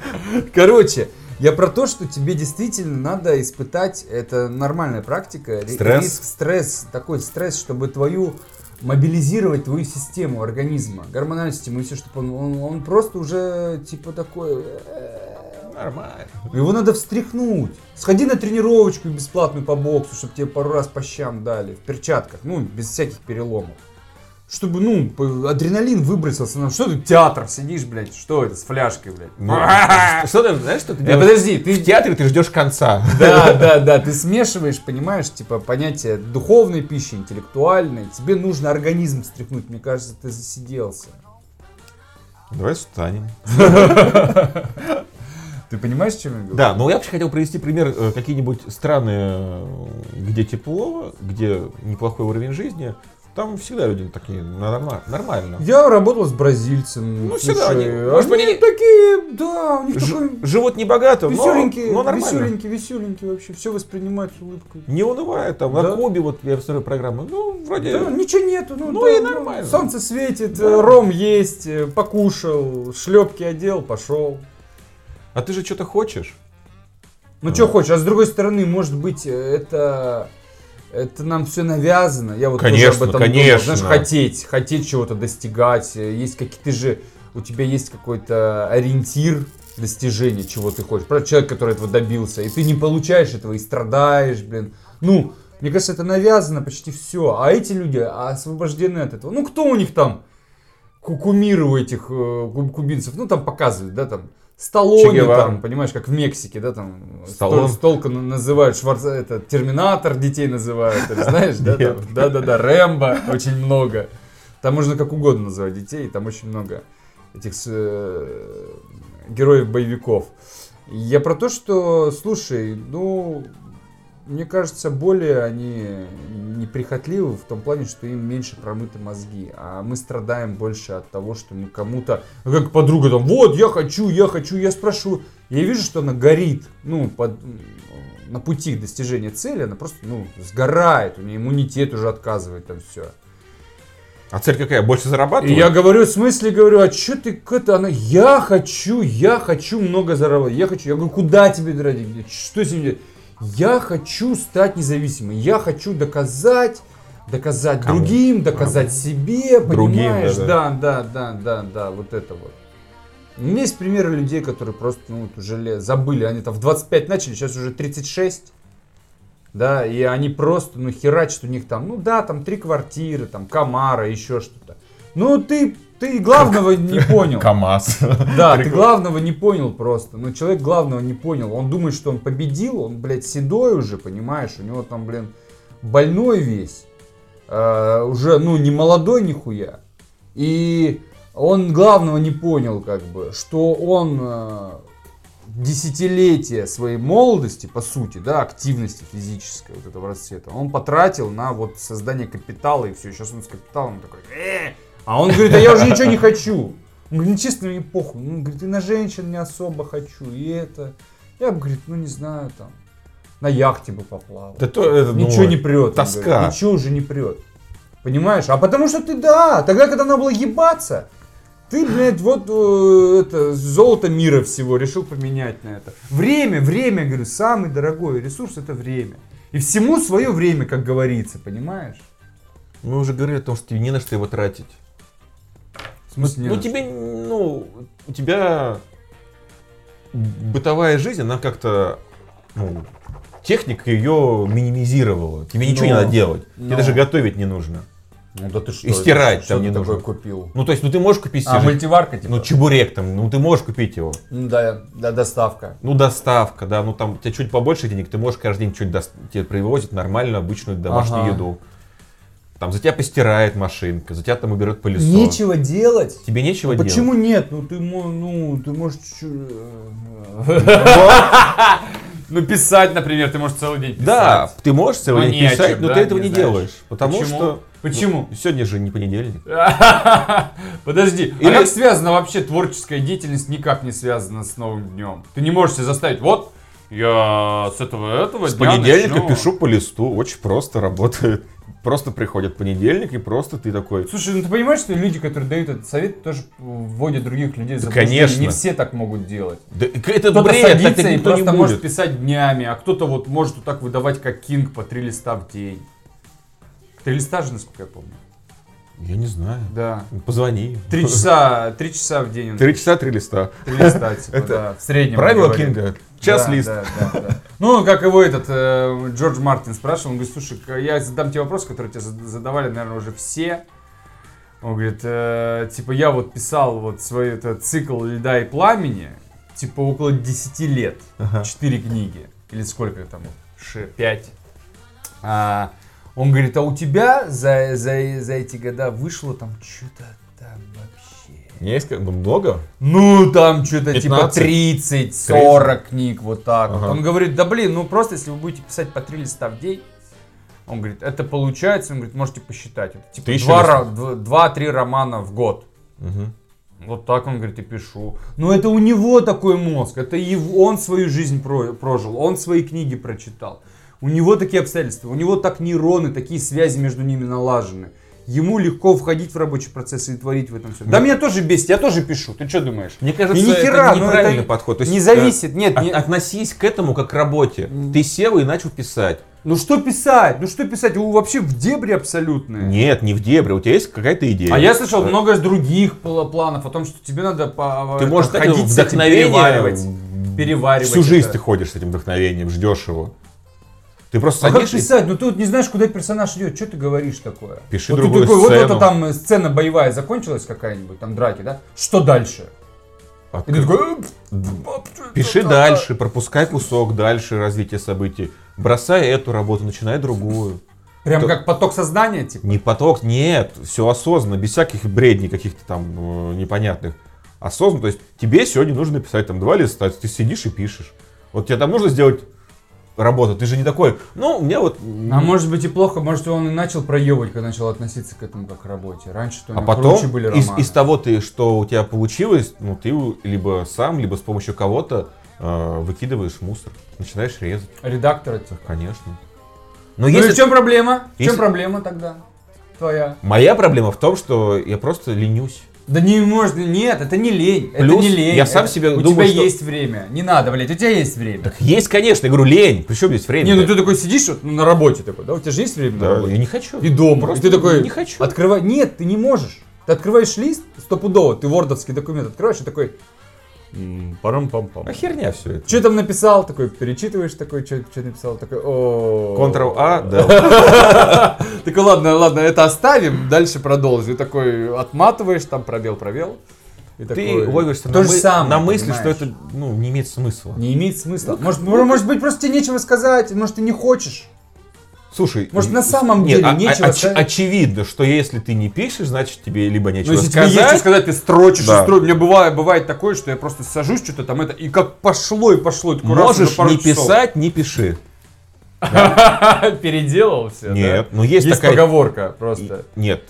Короче, я про то, что тебе действительно надо испытать, это нормальная практика, ри- Стресс. риск, стресс, такой стресс, чтобы твою мобилизировать твою систему организма, гормональную систему и все, чтобы он, он, он просто уже типа такой, э, Нормально. его надо встряхнуть. Сходи на тренировочку бесплатную по боксу, чтобы тебе пару раз по щам дали, в перчатках, ну, без всяких переломов. Чтобы, ну, п- адреналин выбросился. Ну, Что ты театр сидишь, блядь, что это, с фляжкой, блядь? Ну, что ты знаешь, что ты Э, делаешь? подожди, ты... В театре ты ждешь конца. Да, да, да, ты смешиваешь, понимаешь, типа, понятие духовной пищи, интеллектуальной. Тебе нужно организм встряхнуть, мне кажется, ты засиделся. Давай встанем. Ты понимаешь, чем я говорю? Да, но я вообще хотел привести пример э, какие-нибудь страны, э, где тепло, где неплохой уровень жизни. Там всегда люди такие ну, норма- нормально. Я работал с бразильцем. Ну, всегда слушай, они- может, они- такие, да, у них Ж- такой живут не богато, но, веселенький, но нормально. веселенький, веселенький вообще. Все воспринимают с улыбкой. Не унывает там. Да. На Кубе, вот я смотрю программу, ну, вроде... Да, ничего нету, ну, Ну да, и нормально. Солнце светит, Да. э, ром есть, э, покушал, шлепки одел, пошел. А ты же что-то хочешь? Ну, Да. что хочешь, а с другой стороны, может быть, э, это, это нам все навязано. Я вот тоже Конечно, об этом конечно. думал. Знаешь, хотеть, хотеть чего-то достигать. э, Есть какие-то же, у тебя есть какой-то ориентир достижения, чего ты хочешь. Правда, человек, который этого добился, и ты не получаешь этого, и страдаешь, блин. Ну, мне кажется, это навязано почти все. А эти люди освобождены от этого. Ну, кто у них там? ку- Кумиры у этих э, куб- кубинцев, ну там показывают, да, там Че Сталлоне Гевара. там, понимаешь, как в Мексике, да, там Сталлоне. стол- столка на- называют, Шварц, это, Терминатор детей называют, это, знаешь, да, Нет. там, да-да-да, Рэмбо очень много. Там можно как угодно называть детей, там очень много этих э, героев боевиков. Я про то, что, слушай, ну, мне кажется, более они неприхотливы в том плане, что им меньше промыты мозги, а мы страдаем больше от того, что мы кому-то, ну, как подруга там, вот, я хочу, я хочу, я спрошу. Я вижу, что она горит, ну, под, на пути к достижению цели, она просто, ну, сгорает, у нее иммунитет уже отказывает, там все. А цель какая? Больше зарабатывать? И я говорю, в смысле, говорю, а что ты к это? Она, я хочу, я хочу много заработать, я хочу. Я говорю, куда тебе тратить? Что с ним делать? Я хочу стать независимым, я хочу доказать, доказать Кому? другим, доказать себе, Другим, понимаешь? да-да. Да, да, да, да, да, вот это вот. У меня есть примеры людей, которые просто ну, вот уже ле- забыли, они там в 25 начали, сейчас уже 36. Да, и они просто, ну, херачат у них там, ну да, там три квартиры, там Камара, еще что-то. Ну, ты, ты главного не понял. КАМАЗ. Да, ты Прикольно. главного не понял просто. Ну, человек главного не понял. Он думает, что он победил, он, блядь, седой уже, понимаешь, у него там, блин, больной весь. Э, уже, ну, не молодой нихуя. И он главного не понял, как бы, что он э, десятилетия своей молодости, по сути, да, активности физической вот этого расцвета, он потратил на вот создание капитала и все. Сейчас он с капиталом такой, «Э». а он говорит, а я уже ничего не хочу. Он говорит, ну честно, мне похуй. Он говорит, и на женщин не особо хочу, и это. Я бы, говорит, ну не знаю, там, на яхте бы поплавал. Да то, это, ну, Ничего не прет. он тоска. говорит, Ничего уже не прет. Понимаешь? А потому что ты, да, тогда, когда надо было ебаться, ты, блядь, вот э, это, золото мира всего решил поменять на это. Время, время, говорю, самый дорогой ресурс это время. И всему свое время, как говорится, понимаешь? Мы уже говорили о том, что тебе не на что его тратить. В смысле, ну, не тебе, ну, у тебя бытовая жизнь, она как-то, ну, техника ее минимизировала. Тебе ничего не Ну, Но- надо делать. Тебе но- даже готовить не нужно. Ну да ты что? И стирать что там ты не такое нужно. купил? Ну, то есть, ну, ты можешь купить А, себе- мультиварка типа? ну, чебурек там, ну, ты можешь купить его. Ну да, да, доставка. Ну, доставка, да, ну, там, у тебя чуть побольше денег, ты можешь каждый день чуть дос- тебе привозят нормальную обычную домашнюю Ага. еду. Там за тебя постирает машинка, за тебя там уберет пылесос. Нечего делать. Тебе нечего делать. Почему нет? Ну ты, мо- ну, ты можешь... чу- э, Ну, писать, например, ты можешь целый день писать. Да, ты можешь целый Ну, день не о писать, чем, но да, ты этого не не, знаешь. делаешь. Потому Почему? что. Почему? Ну, сегодня же не понедельник. Подожди, Или- а как связана вообще творческая деятельность никак не связана с новым днем? Ты не можешь себя заставить, вот, я с этого этого С дня понедельника начну». пишу по листу, очень просто работает. Просто приходит понедельник, и просто ты такой. Слушай, ну ты понимаешь, что люди, которые дают этот совет, тоже вводят других людей в Да, заблуждение? конечно. Не все так могут делать. Да, к- это Кто-то бред, так садится так и никто не просто будет. может писать днями, а кто-то вот может вот так выдавать как Кинг по три листа в день. Три листа же, насколько я помню. Я не знаю. Да. Позвони. Три часа, три часа в день. он- Три часа, три листа. Три листа, типа, Это да, в среднем. Правило говорит. Кинга. Час Да, лист. да, да, да. Ну, как его этот э, Джордж Мартин спрашивал, он говорит, слушай, к- я задам тебе вопрос, который тебе зад- задавали, наверное, уже все. Он говорит, «Э, типа, я вот писал вот свой этот цикл «Льда и пламени», типа, около 10 лет, Ага. четыре книги, или сколько там, Ше- пять. А, он говорит, а у тебя за, за, за эти года вышло там что-то там вообще... У меня есть как- ну, много. Ну, там что-то типа 15? 30, 40 книг, вот так. Ага. вот. Он говорит, да блин, ну просто если вы будете писать по 3 листа в день, он говорит, это получается, он говорит, можете посчитать. Это, типа Тысяча 2-3 романа в год. Мгм. Вот так он говорит, и пишу. Но это у него такой мозг, это его, он свою жизнь про- прожил, он свои книги прочитал. У него такие обстоятельства, у него так нейроны, такие связи между ними налажены. Ему легко входить в рабочий процесс и творить в этом все. Да меня тоже бесит, я тоже пишу. Ты что думаешь? Мне кажется, И нихера, это ну, неправильный это подход. То есть, не э, зависит, нет, от- А не- Относись к этому как к работе. Ты сел и начал писать. ну что писать, ну что писать, вы вообще в дебри абсолютные. Нет, не в дебри. У тебя есть какая-то идея. А я слышал Э, много других пла- планов о том, что тебе надо по, Ты это, можешь так Э, ну ходить с этим, вдохновение переваривать, переваривать. Всю жизнь ты это. ходишь с этим вдохновением, ждешь его. Ты просто А как садишься. писать? Ну ты вот не знаешь, куда персонаж идет. Что ты говоришь такое? Пиши вот ты другую такой, Вот сцену. это там э, сцена боевая закончилась какая-нибудь, там драки, да? Что дальше? И ты такой... «Э, пф, А Пиши дальше, пропускай кусок дальше развития событий. Бросай эту работу, начинай другую. Прям То- как поток сознания, типа. Не поток, нет, все осознанно, без всяких бредней каких-то там э, непонятных. Осознанно, то есть тебе сегодня нужно написать там два листа, ты сидишь и пишешь. Вот тебе там нужно сделать работу, ты же не такой, ну, у меня вот... А может быть и плохо, может он и начал проебывать, когда начал относиться к этому как к работе. Раньше-то у А него потом круче были из, романы. из того, ты, что у тебя получилось, ну ты либо сам, либо с помощью кого-то э, выкидываешь мусор, начинаешь резать, Редактора типа. конечно. Но Ну, Ну если- и в чем проблема? В если- чем проблема тогда? Твоя. моя проблема в том, что я просто ленюсь. Да не можно, нет, это не лень. это Плюс не лень. я сам это- себе У думаю, тебя что- есть время. Не надо, блядь, у тебя есть время. Так есть, конечно, я говорю, лень. Причем здесь время? не, ну ты такой сидишь вот, ну, на работе такой, да? У тебя же есть время на Да, работе? я не хочу. И дома. Просто и ты такой, не хочу. Открывай. Нет, ты не можешь. Ты открываешь лист стопудово, ты вордовский документ открываешь и такой... м, Парам-пам-пам. А херня все это. Что там написал? Такой, перечитываешь такой, что написал? Такой, о Ctrl-A, А, да. Так ладно, ладно, это оставим, дальше продолжим. И такой отматываешь, там пробел, пробел. И Ты ловишься на, То же мы- самое, на мысли, что понимаешь? это ну, не имеет смысла. Не имеет смысла. Может, может, может быть, просто тебе нечего сказать, может, ты не хочешь. Слушай, Может, н- на самом нет, деле а- а- нечего оч- сказать? очевидно, что если ты не пишешь, значит тебе либо Ну, нечего если тебе сказать. есть что сказать, ты строчишь Да. и строчишь. У меня бывает, бывает такое, что я просто сажусь, что-то там это, и как пошло, и пошло. и такой раз, уже Можешь пару не часов. писать, не пиши. Переделал все, Нет, но есть, Есть такая... поговорка И- просто. Нет.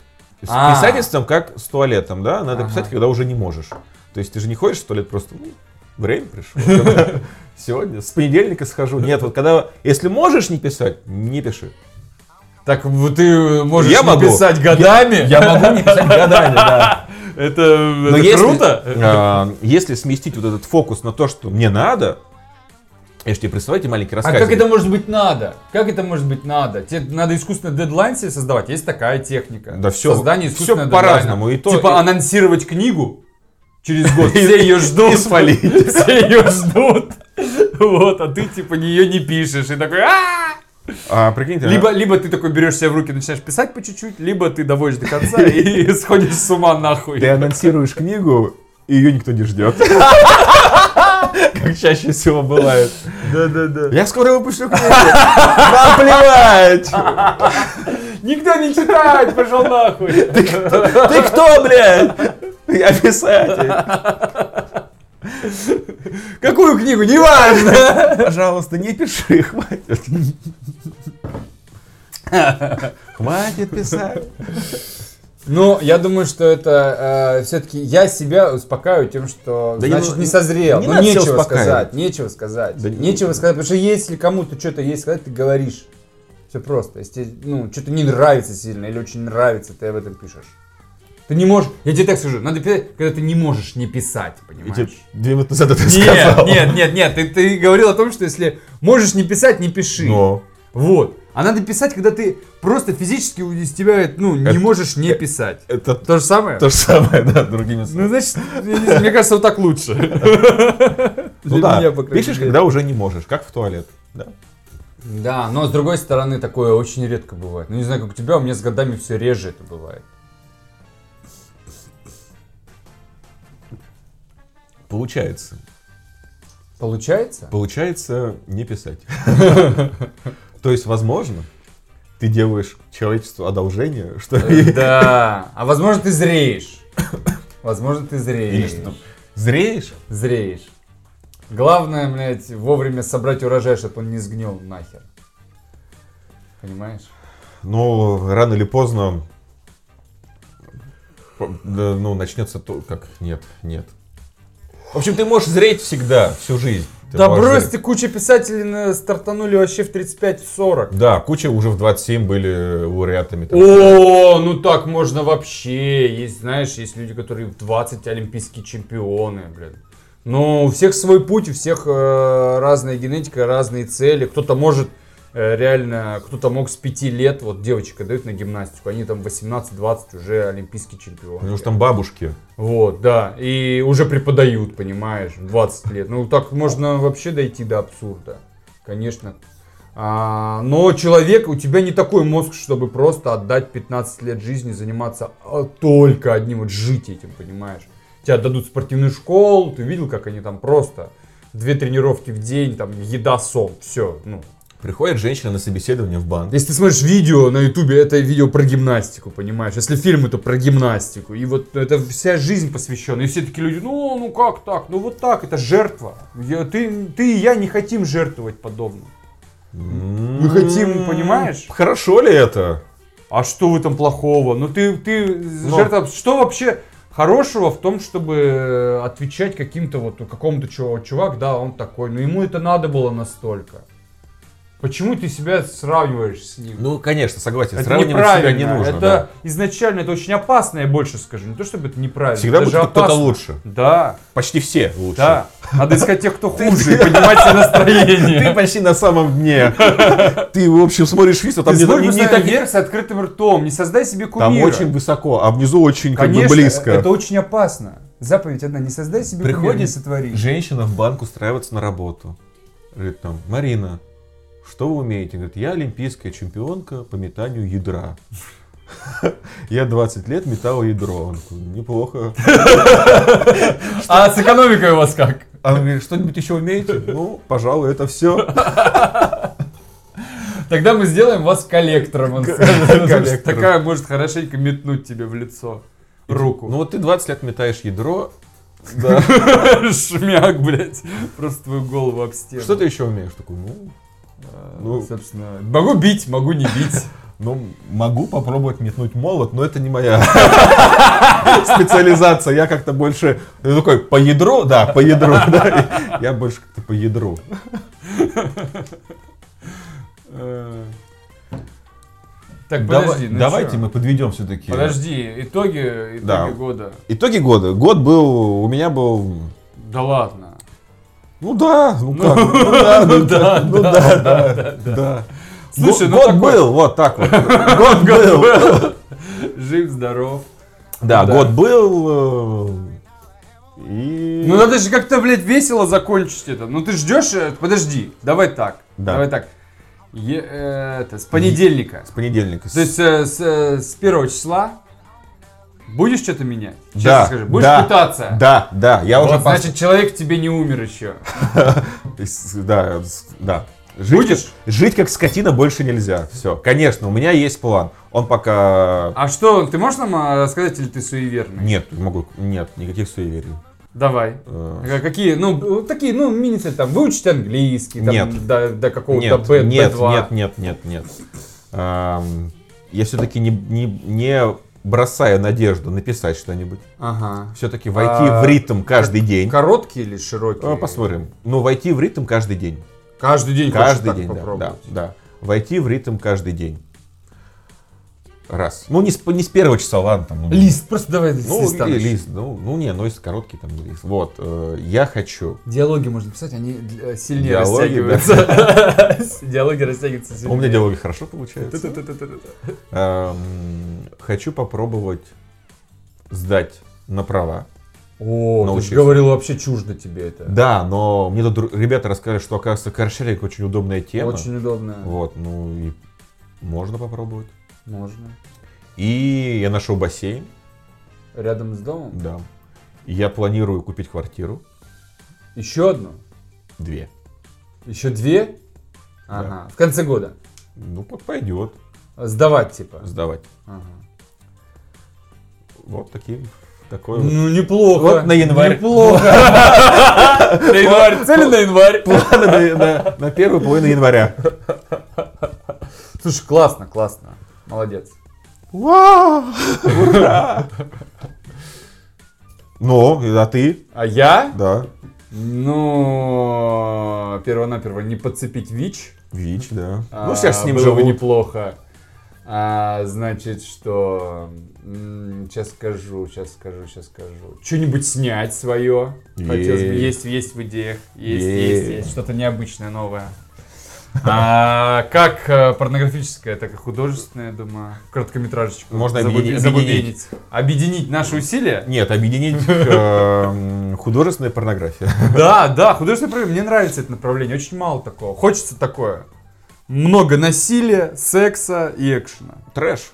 С А. писательством как с туалетом, да? Надо Ага. писать, когда уже не можешь. То есть ты же не ходишь в туалет просто, ну, время пришло. Сегодня, с понедельника схожу. Нет, вот когда, если можешь не писать, не пиши. Так вот ты можешь Я не могу. писать годами. Я могу не писать годами, да. Это, Но это Ну, если, круто. э, если сместить вот этот фокус на то, что мне надо, я же тебе представляете маленький А рассказ. как это может быть надо? Как это может быть надо? Тебе надо искусственно дедлайн себе создавать. Есть такая техника. Да всё- Создание всё искусственного по-разному, дедлайна. и то- типа и- анонсировать книгу через год. Все ее ждут. и свалить. Все ее ждут. Вот, а ты типа нее не пишешь. И такой «А-а-а!» А, прикиньте, либо, либо ты такой берешь себя в руки, начинаешь писать по чуть-чуть, либо ты доводишь до конца и сходишь с ума нахуй. Ты анонсируешь книгу, и ее никто не ждет. Как чаще всего бывает. Да-да-да. Я скоро выпущу книгу. Нам плевать. Никто не читает, пошел нахуй. Ты кто, блядь? Я писатель. Какую книгу? Неважно. Пожалуйста, не пиши, хватит. Хватит писать. Ну, я думаю, что это все-таки я себя успокаиваю тем, что Да не значит нужно- не, созрел. не ну, надо себя нечего успокаивать. сказать, нечего сказать. Да не- нечего сказать, потому что если кому-то что-то есть сказать, ты говоришь. Все просто. Если тебе, ну, что-то не нравится сильно или очень нравится, ты об этом пишешь. Ты не можешь. Я тебе так скажу, надо писать, когда ты не можешь не писать, понимаешь? типа, Две минуты назад это Нет, нет, нет, нет, ты, ты говорил о том, что если можешь не писать, не пиши. Но Вот. А надо писать, когда ты просто физически у- из тебя ну, не Это- можешь э, не писать. это То же самое? то же самое, да, другими Ну, словами. значит, я не знаю, мне кажется, вот так лучше. Ну Для да, меня, по крайней пишешь, мере. когда уже не можешь, как в туалет. Да. Да, но с другой стороны, такое очень редко бывает. Ну, не знаю, как у тебя, у меня с годами все реже это бывает. Получается. Получается? Получается не писать. То есть, возможно, ты делаешь человечеству одолжение, что Да. А возможно, ты зреешь. Возможно, ты Или зреешь. что там? зреешь. Зреешь. Главное, блядь, вовремя собрать урожай, чтобы он не сгнил нахер. Понимаешь? Но рано или поздно по- да, ну, начнется то, как нет, нет. В общем, ты можешь зреть всегда, всю жизнь. Ты Да можешь брось зреть. ты, куча писателей на- стартанули вообще в 35-40. Да, куча уже в 27 были лауреатами. там. О, ну так можно вообще. Есть, знаешь, есть люди, которые в 20 олимпийские чемпионы, блин. Но у всех свой путь, у всех э, разная генетика, разные цели. Кто-то может э, реально, кто-то мог с 5 лет, вот девочка дают на гимнастику, они там 18-20 уже олимпийские чемпионы. Потому что Ну там бабушки. Вот, да. И уже преподают, понимаешь, в 20 лет. Ну, так можно вообще дойти до абсурда. Конечно. А, но человек, у тебя не такой мозг, чтобы просто отдать 15 лет жизни, заниматься а, только одним, вот жить этим, понимаешь. Тебя отдадут в спортивную школу, ты видел, как они там просто. Две тренировки в день, там, еда, сон, все, ну. Приходит женщина на собеседование в банк. Если ты смотришь видео на ютубе, это видео про гимнастику, понимаешь? Если фильм, это про гимнастику. И вот это вся жизнь посвящена. И все такие люди, ну, ну как так? Ну вот так, это жертва. Я- ты, ты и я не хотим жертвовать подобным. Мы хотим, понимаешь? М-м. Хорошо ли это? А что в этом плохого? Ну ты, ты Но- жертва... Что вообще хорошего в том, чтобы э, отвечать каким-то вот ну, какому-то чу- чувак, да, он такой, но ему это надо было настолько. Почему ты себя сравниваешь с ним? Ну, конечно, согласен. Это Сравнивать себя не неправильно. нужно. Это да. изначально это очень опасно, я больше скажу. Не то чтобы это неправильно. Всегда это будет же кто-то опасно. лучше. Да, Почти все лучше. да. Надо искать тех, кто хуже, и поднимать себе Ты настроение. почти на самом дне. Ты, в общем, смотришь вниз, а там не- не- смотри не просто так- вверх с открытым ртом, не создай себе кумира. Там очень высоко, а внизу очень как бы Конечно, близко. это очень опасно. Заповедь одна, не создай себе кумира, Приходит не сотвори. Женщина в банк устраивается на работу. Говорит там, Марина, что вы умеете? Говорит, я олимпийская чемпионка по метанию ядра. Я 20 лет метала ядро. Он такой, неплохо. А с экономикой у вас как? Она А говорит, что-нибудь еще умеете? Ну, пожалуй, это все. Тогда мы сделаем вас коллектором. он скажет. коллектором. Такая может хорошенько метнуть тебе в лицо. Руку. Ну вот ты 20 лет метаешь ядро. Да. ну, Шмяк, блядь. Просто твою голову об стену. Что ты еще умеешь? Такой, ну, А, Ну. Собственно, могу бить, могу не бить. Ну, могу попробовать метнуть молот, но это не моя специализация. Я как-то больше ну, такой по ядру, да, по ядру. да. Я больше как-то по ядру. Э, Так, Давай- подожди. ну давайте чё? мы подведем все-таки. Подожди, итоги, итоги Да. года. Итоги года. Год был, у меня был... Да ладно. Ну да, ну как, ну да, ну да, ну да, да, да. Слушай, Год- ну год такой- был, вот так вот. Год был. Жив, здоров. Да, Да. год был. э, И... Ну надо же как-то, блядь, весело закончить это. Ну ты ждешь, э, подожди, давай так. Да. Давай так. Е- э, это, с понедельника. С понедельника. То есть э, с, э, с первого числа будешь что-то менять? Честно Да, скажи, будешь да, пытаться. Да, да, я Вот, уже пос- значит, человек в тебе не умер еще. И с- Да, с- да. Будешь? Как, жить как скотина больше нельзя. Все. Конечно, у меня есть план. Он пока... А что, ты можешь нам э, рассказать, или ты суеверный? Нет, не могу. Нет, никаких суеверий. Давай. Э, Э, Какие, ну, вот такие, ну, мини-цель, там, выучить английский, там, Нет. до, до какого-то Нет, B, нет, B2. нет, нет, нет, нет. Эм, Я все-таки не, не, не бросаю надежду написать что-нибудь. Ага. Все-таки войти А, в ритм каждый день. Короткие или широкие? Э, Посмотрим. Ну, войти в ритм каждый день. Каждый день Каждый день, хочешь так да, да, попробовать? да. Войти в ритм каждый день. Раз. Ну, не с, не с первого числа, ладно. Там, ну, Лист, просто давай с Ну, листа или начнем. лист. Ну, ну, не, ну, если короткий там лист. Вот, э, я хочу. Диалоги можно писать, они э, сильнее Диалоги, А растягиваются. Диалоги растягиваются У меня сильнее. диалоги хорошо получаются. Ту-ту-ту-ту-ту. Эм, хочу попробовать сдать на права. О, ты Научился. же говорил, вообще чуждо тебе это. Да, но мне тут дру- ребята рассказали, что, оказывается, каршеринг очень удобная тема. Очень удобно. Вот, ну и можно попробовать. Можно. И я нашел бассейн, Рядом с домом? да. Я планирую купить квартиру. Еще одну? Две. Еще две? Да. Ага. В конце года. Ну, по- пойдет Сдавать, типа. сдавать. Ага. Вот такие. Такой вот. Ну, неплохо. Вот на январь. Неплохо. На январь. Цели на январь. Планы на, на- на первую половину января. Слушай, классно, классно. Молодец. Ну, а ты? А я? Да. Ну, перво не подцепить ВИЧ. ВИЧ, да. А, Ну, сейчас с ним было бы живут. неплохо. А, значит, что... Сейчас скажу, сейчас скажу, сейчас скажу. Что-нибудь снять свое. Хотелось бы. Есть. Есть, есть в идеях. Есть, Есть. есть, есть. Что-то необычное, новое. А, как э, порнографическое, так и художественное, думаю. Короткометражечку. Можно забубе- объединить. забубенить. Объединить наши усилия? Нет, объединить эм, художественная порнография. Да, да, художественное направление. Мне нравится это направление. Очень мало такого. Хочется такое. Много насилия, секса и экшена. Трэш.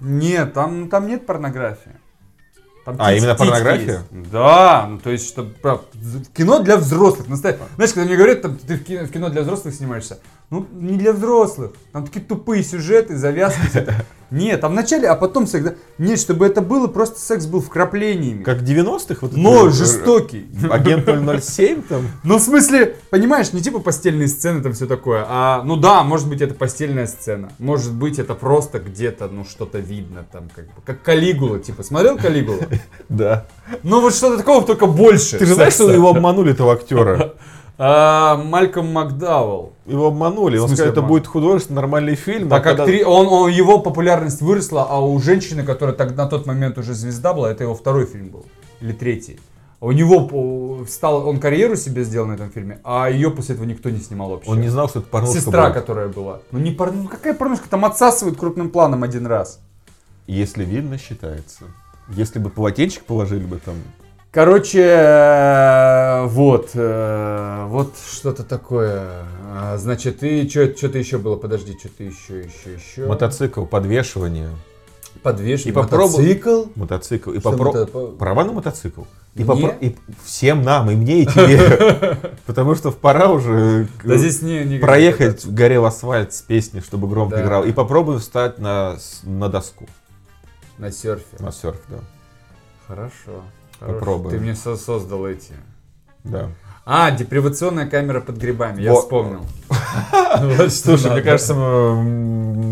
Нет, там, там нет порнографии. Там А, тит- именно титьки порнография? Мгм. есть. Да, ну то есть, что прав- з- кино для взрослых. наста- Знаешь, когда мне говорят, там, ты в кино, в кино для взрослых снимаешься, ну не для взрослых. Там такие тупые сюжеты, завязки. всякие. Нет, там вначале, а потом секс. да. Нет, чтобы это было, просто секс был вкраплениями. Как в 90-х? Вот но это- жестокий. Агент 007 там? Ну, в смысле, понимаешь, не типа постельные сцены там все такое, а, ну да, может быть, это постельная сцена, может быть, это просто где-то, ну, что-то видно там, как бы, как Калигула, типа, смотрел Калигулу? Да. Ну, вот что-то такого, только больше. Ты же знаешь, что секса. его обманули, этого актера? А, Мальком Макдауэлл. Его обманули. В Он смысле сказал, это обман? будет художественный нормальный фильм. а Так, когда- актри- он, он- его популярность выросла, а у женщины, которая так, на тот момент уже звезда была, это его второй фильм был, или третий. У него по- стал, он карьеру себе сделал на этом фильме, а ее после этого никто не снимал вообще. Он не знал, что это порнушка Сестра, будет. которая была. Ну не порну- ну какая порнушка, там отсасывают крупным планом один раз. Если видно, считается. Если бы полотенчик положили бы там. Короче, э, вот, э, вот что-то такое. А, Значит, и что-то еще было, подожди, что-то еще, еще, еще. Мотоцикл, подвешивание. Подвешен. И попробуй- Мотоцикл. Мотоцикл. И Что попро- это по- Права на мотоцикл. И, Мне? попро- и всем нам, и мне, и тебе. Потому что пора уже к- Да здесь не, не проехать горел асфальт с песни, чтобы громко Да. играл. И попробуй встать на, с- на доску, На серфе. на серф, да. Хорошо. хорошо. Попробуем. Ты мне со- создал эти. Да. А, депривационная камера под грибами, я Во- вспомнил. Ну, Вот что Слушай, надо. мне кажется, м,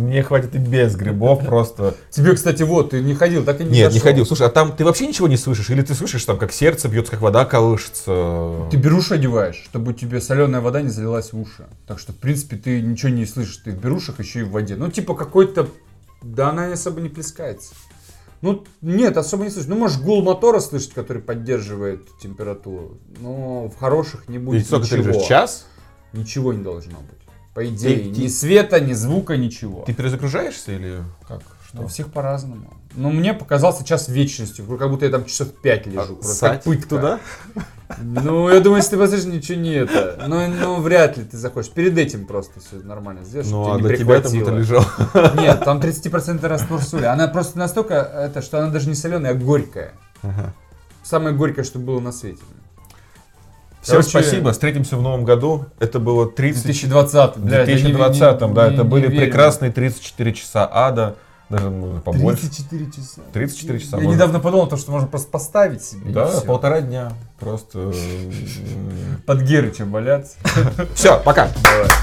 мне хватит и без грибов просто. Тебе, кстати, вот, ты не ходил, так и не Нет, не дошел. ходил. Слушай, а там ты вообще ничего не слышишь? Или ты слышишь там, как сердце бьется, как вода колышется? Ты беруши одеваешь, чтобы тебе соленая вода не залилась в уши. Так что, в принципе, ты ничего не слышишь. Ты в берушах еще и в воде. Ну, типа, какой-то... Да она особо не плескается. Ну, нет, особо не слышишь. Ну, можешь гул мотора слышать, который поддерживает температуру. Но в хороших не И будет сколько ты ничего. лежишь? Час? Ничего не должно быть. По идее, Ты- ни ты- света, ни звука, ничего. Ты перезагружаешься или как? У Что? всех по-разному. Но мне показался час вечностью, как будто я там часов пять А лежу. просто как Сать пытка. туда? Ну, я думаю, если ты посмотришь, ничего не это. Ну, ну, вряд ли ты захочешь. Перед этим просто все нормально сделаешь, Ну, а чтобы для тебе не тебя там прихватило. кто-то лежал. Нет, там 30% раствор соли. Она просто настолько, это, что она даже не соленая, а горькая. Ага. Самое горькое, что было на свете. Всем Короче, спасибо, встретимся в новом году. Это было 30... 2020, В блядь, я не- 2020, не- да, не- это не были верю. прекрасные 34 часа ада, даже ну, побольше. 34 часа. 34 часа. Я можно. недавно подумал, то, что можно просто поставить себе. и Да, всё. полтора дня. Просто... Под Герычем валяться. Все, пока. Давай.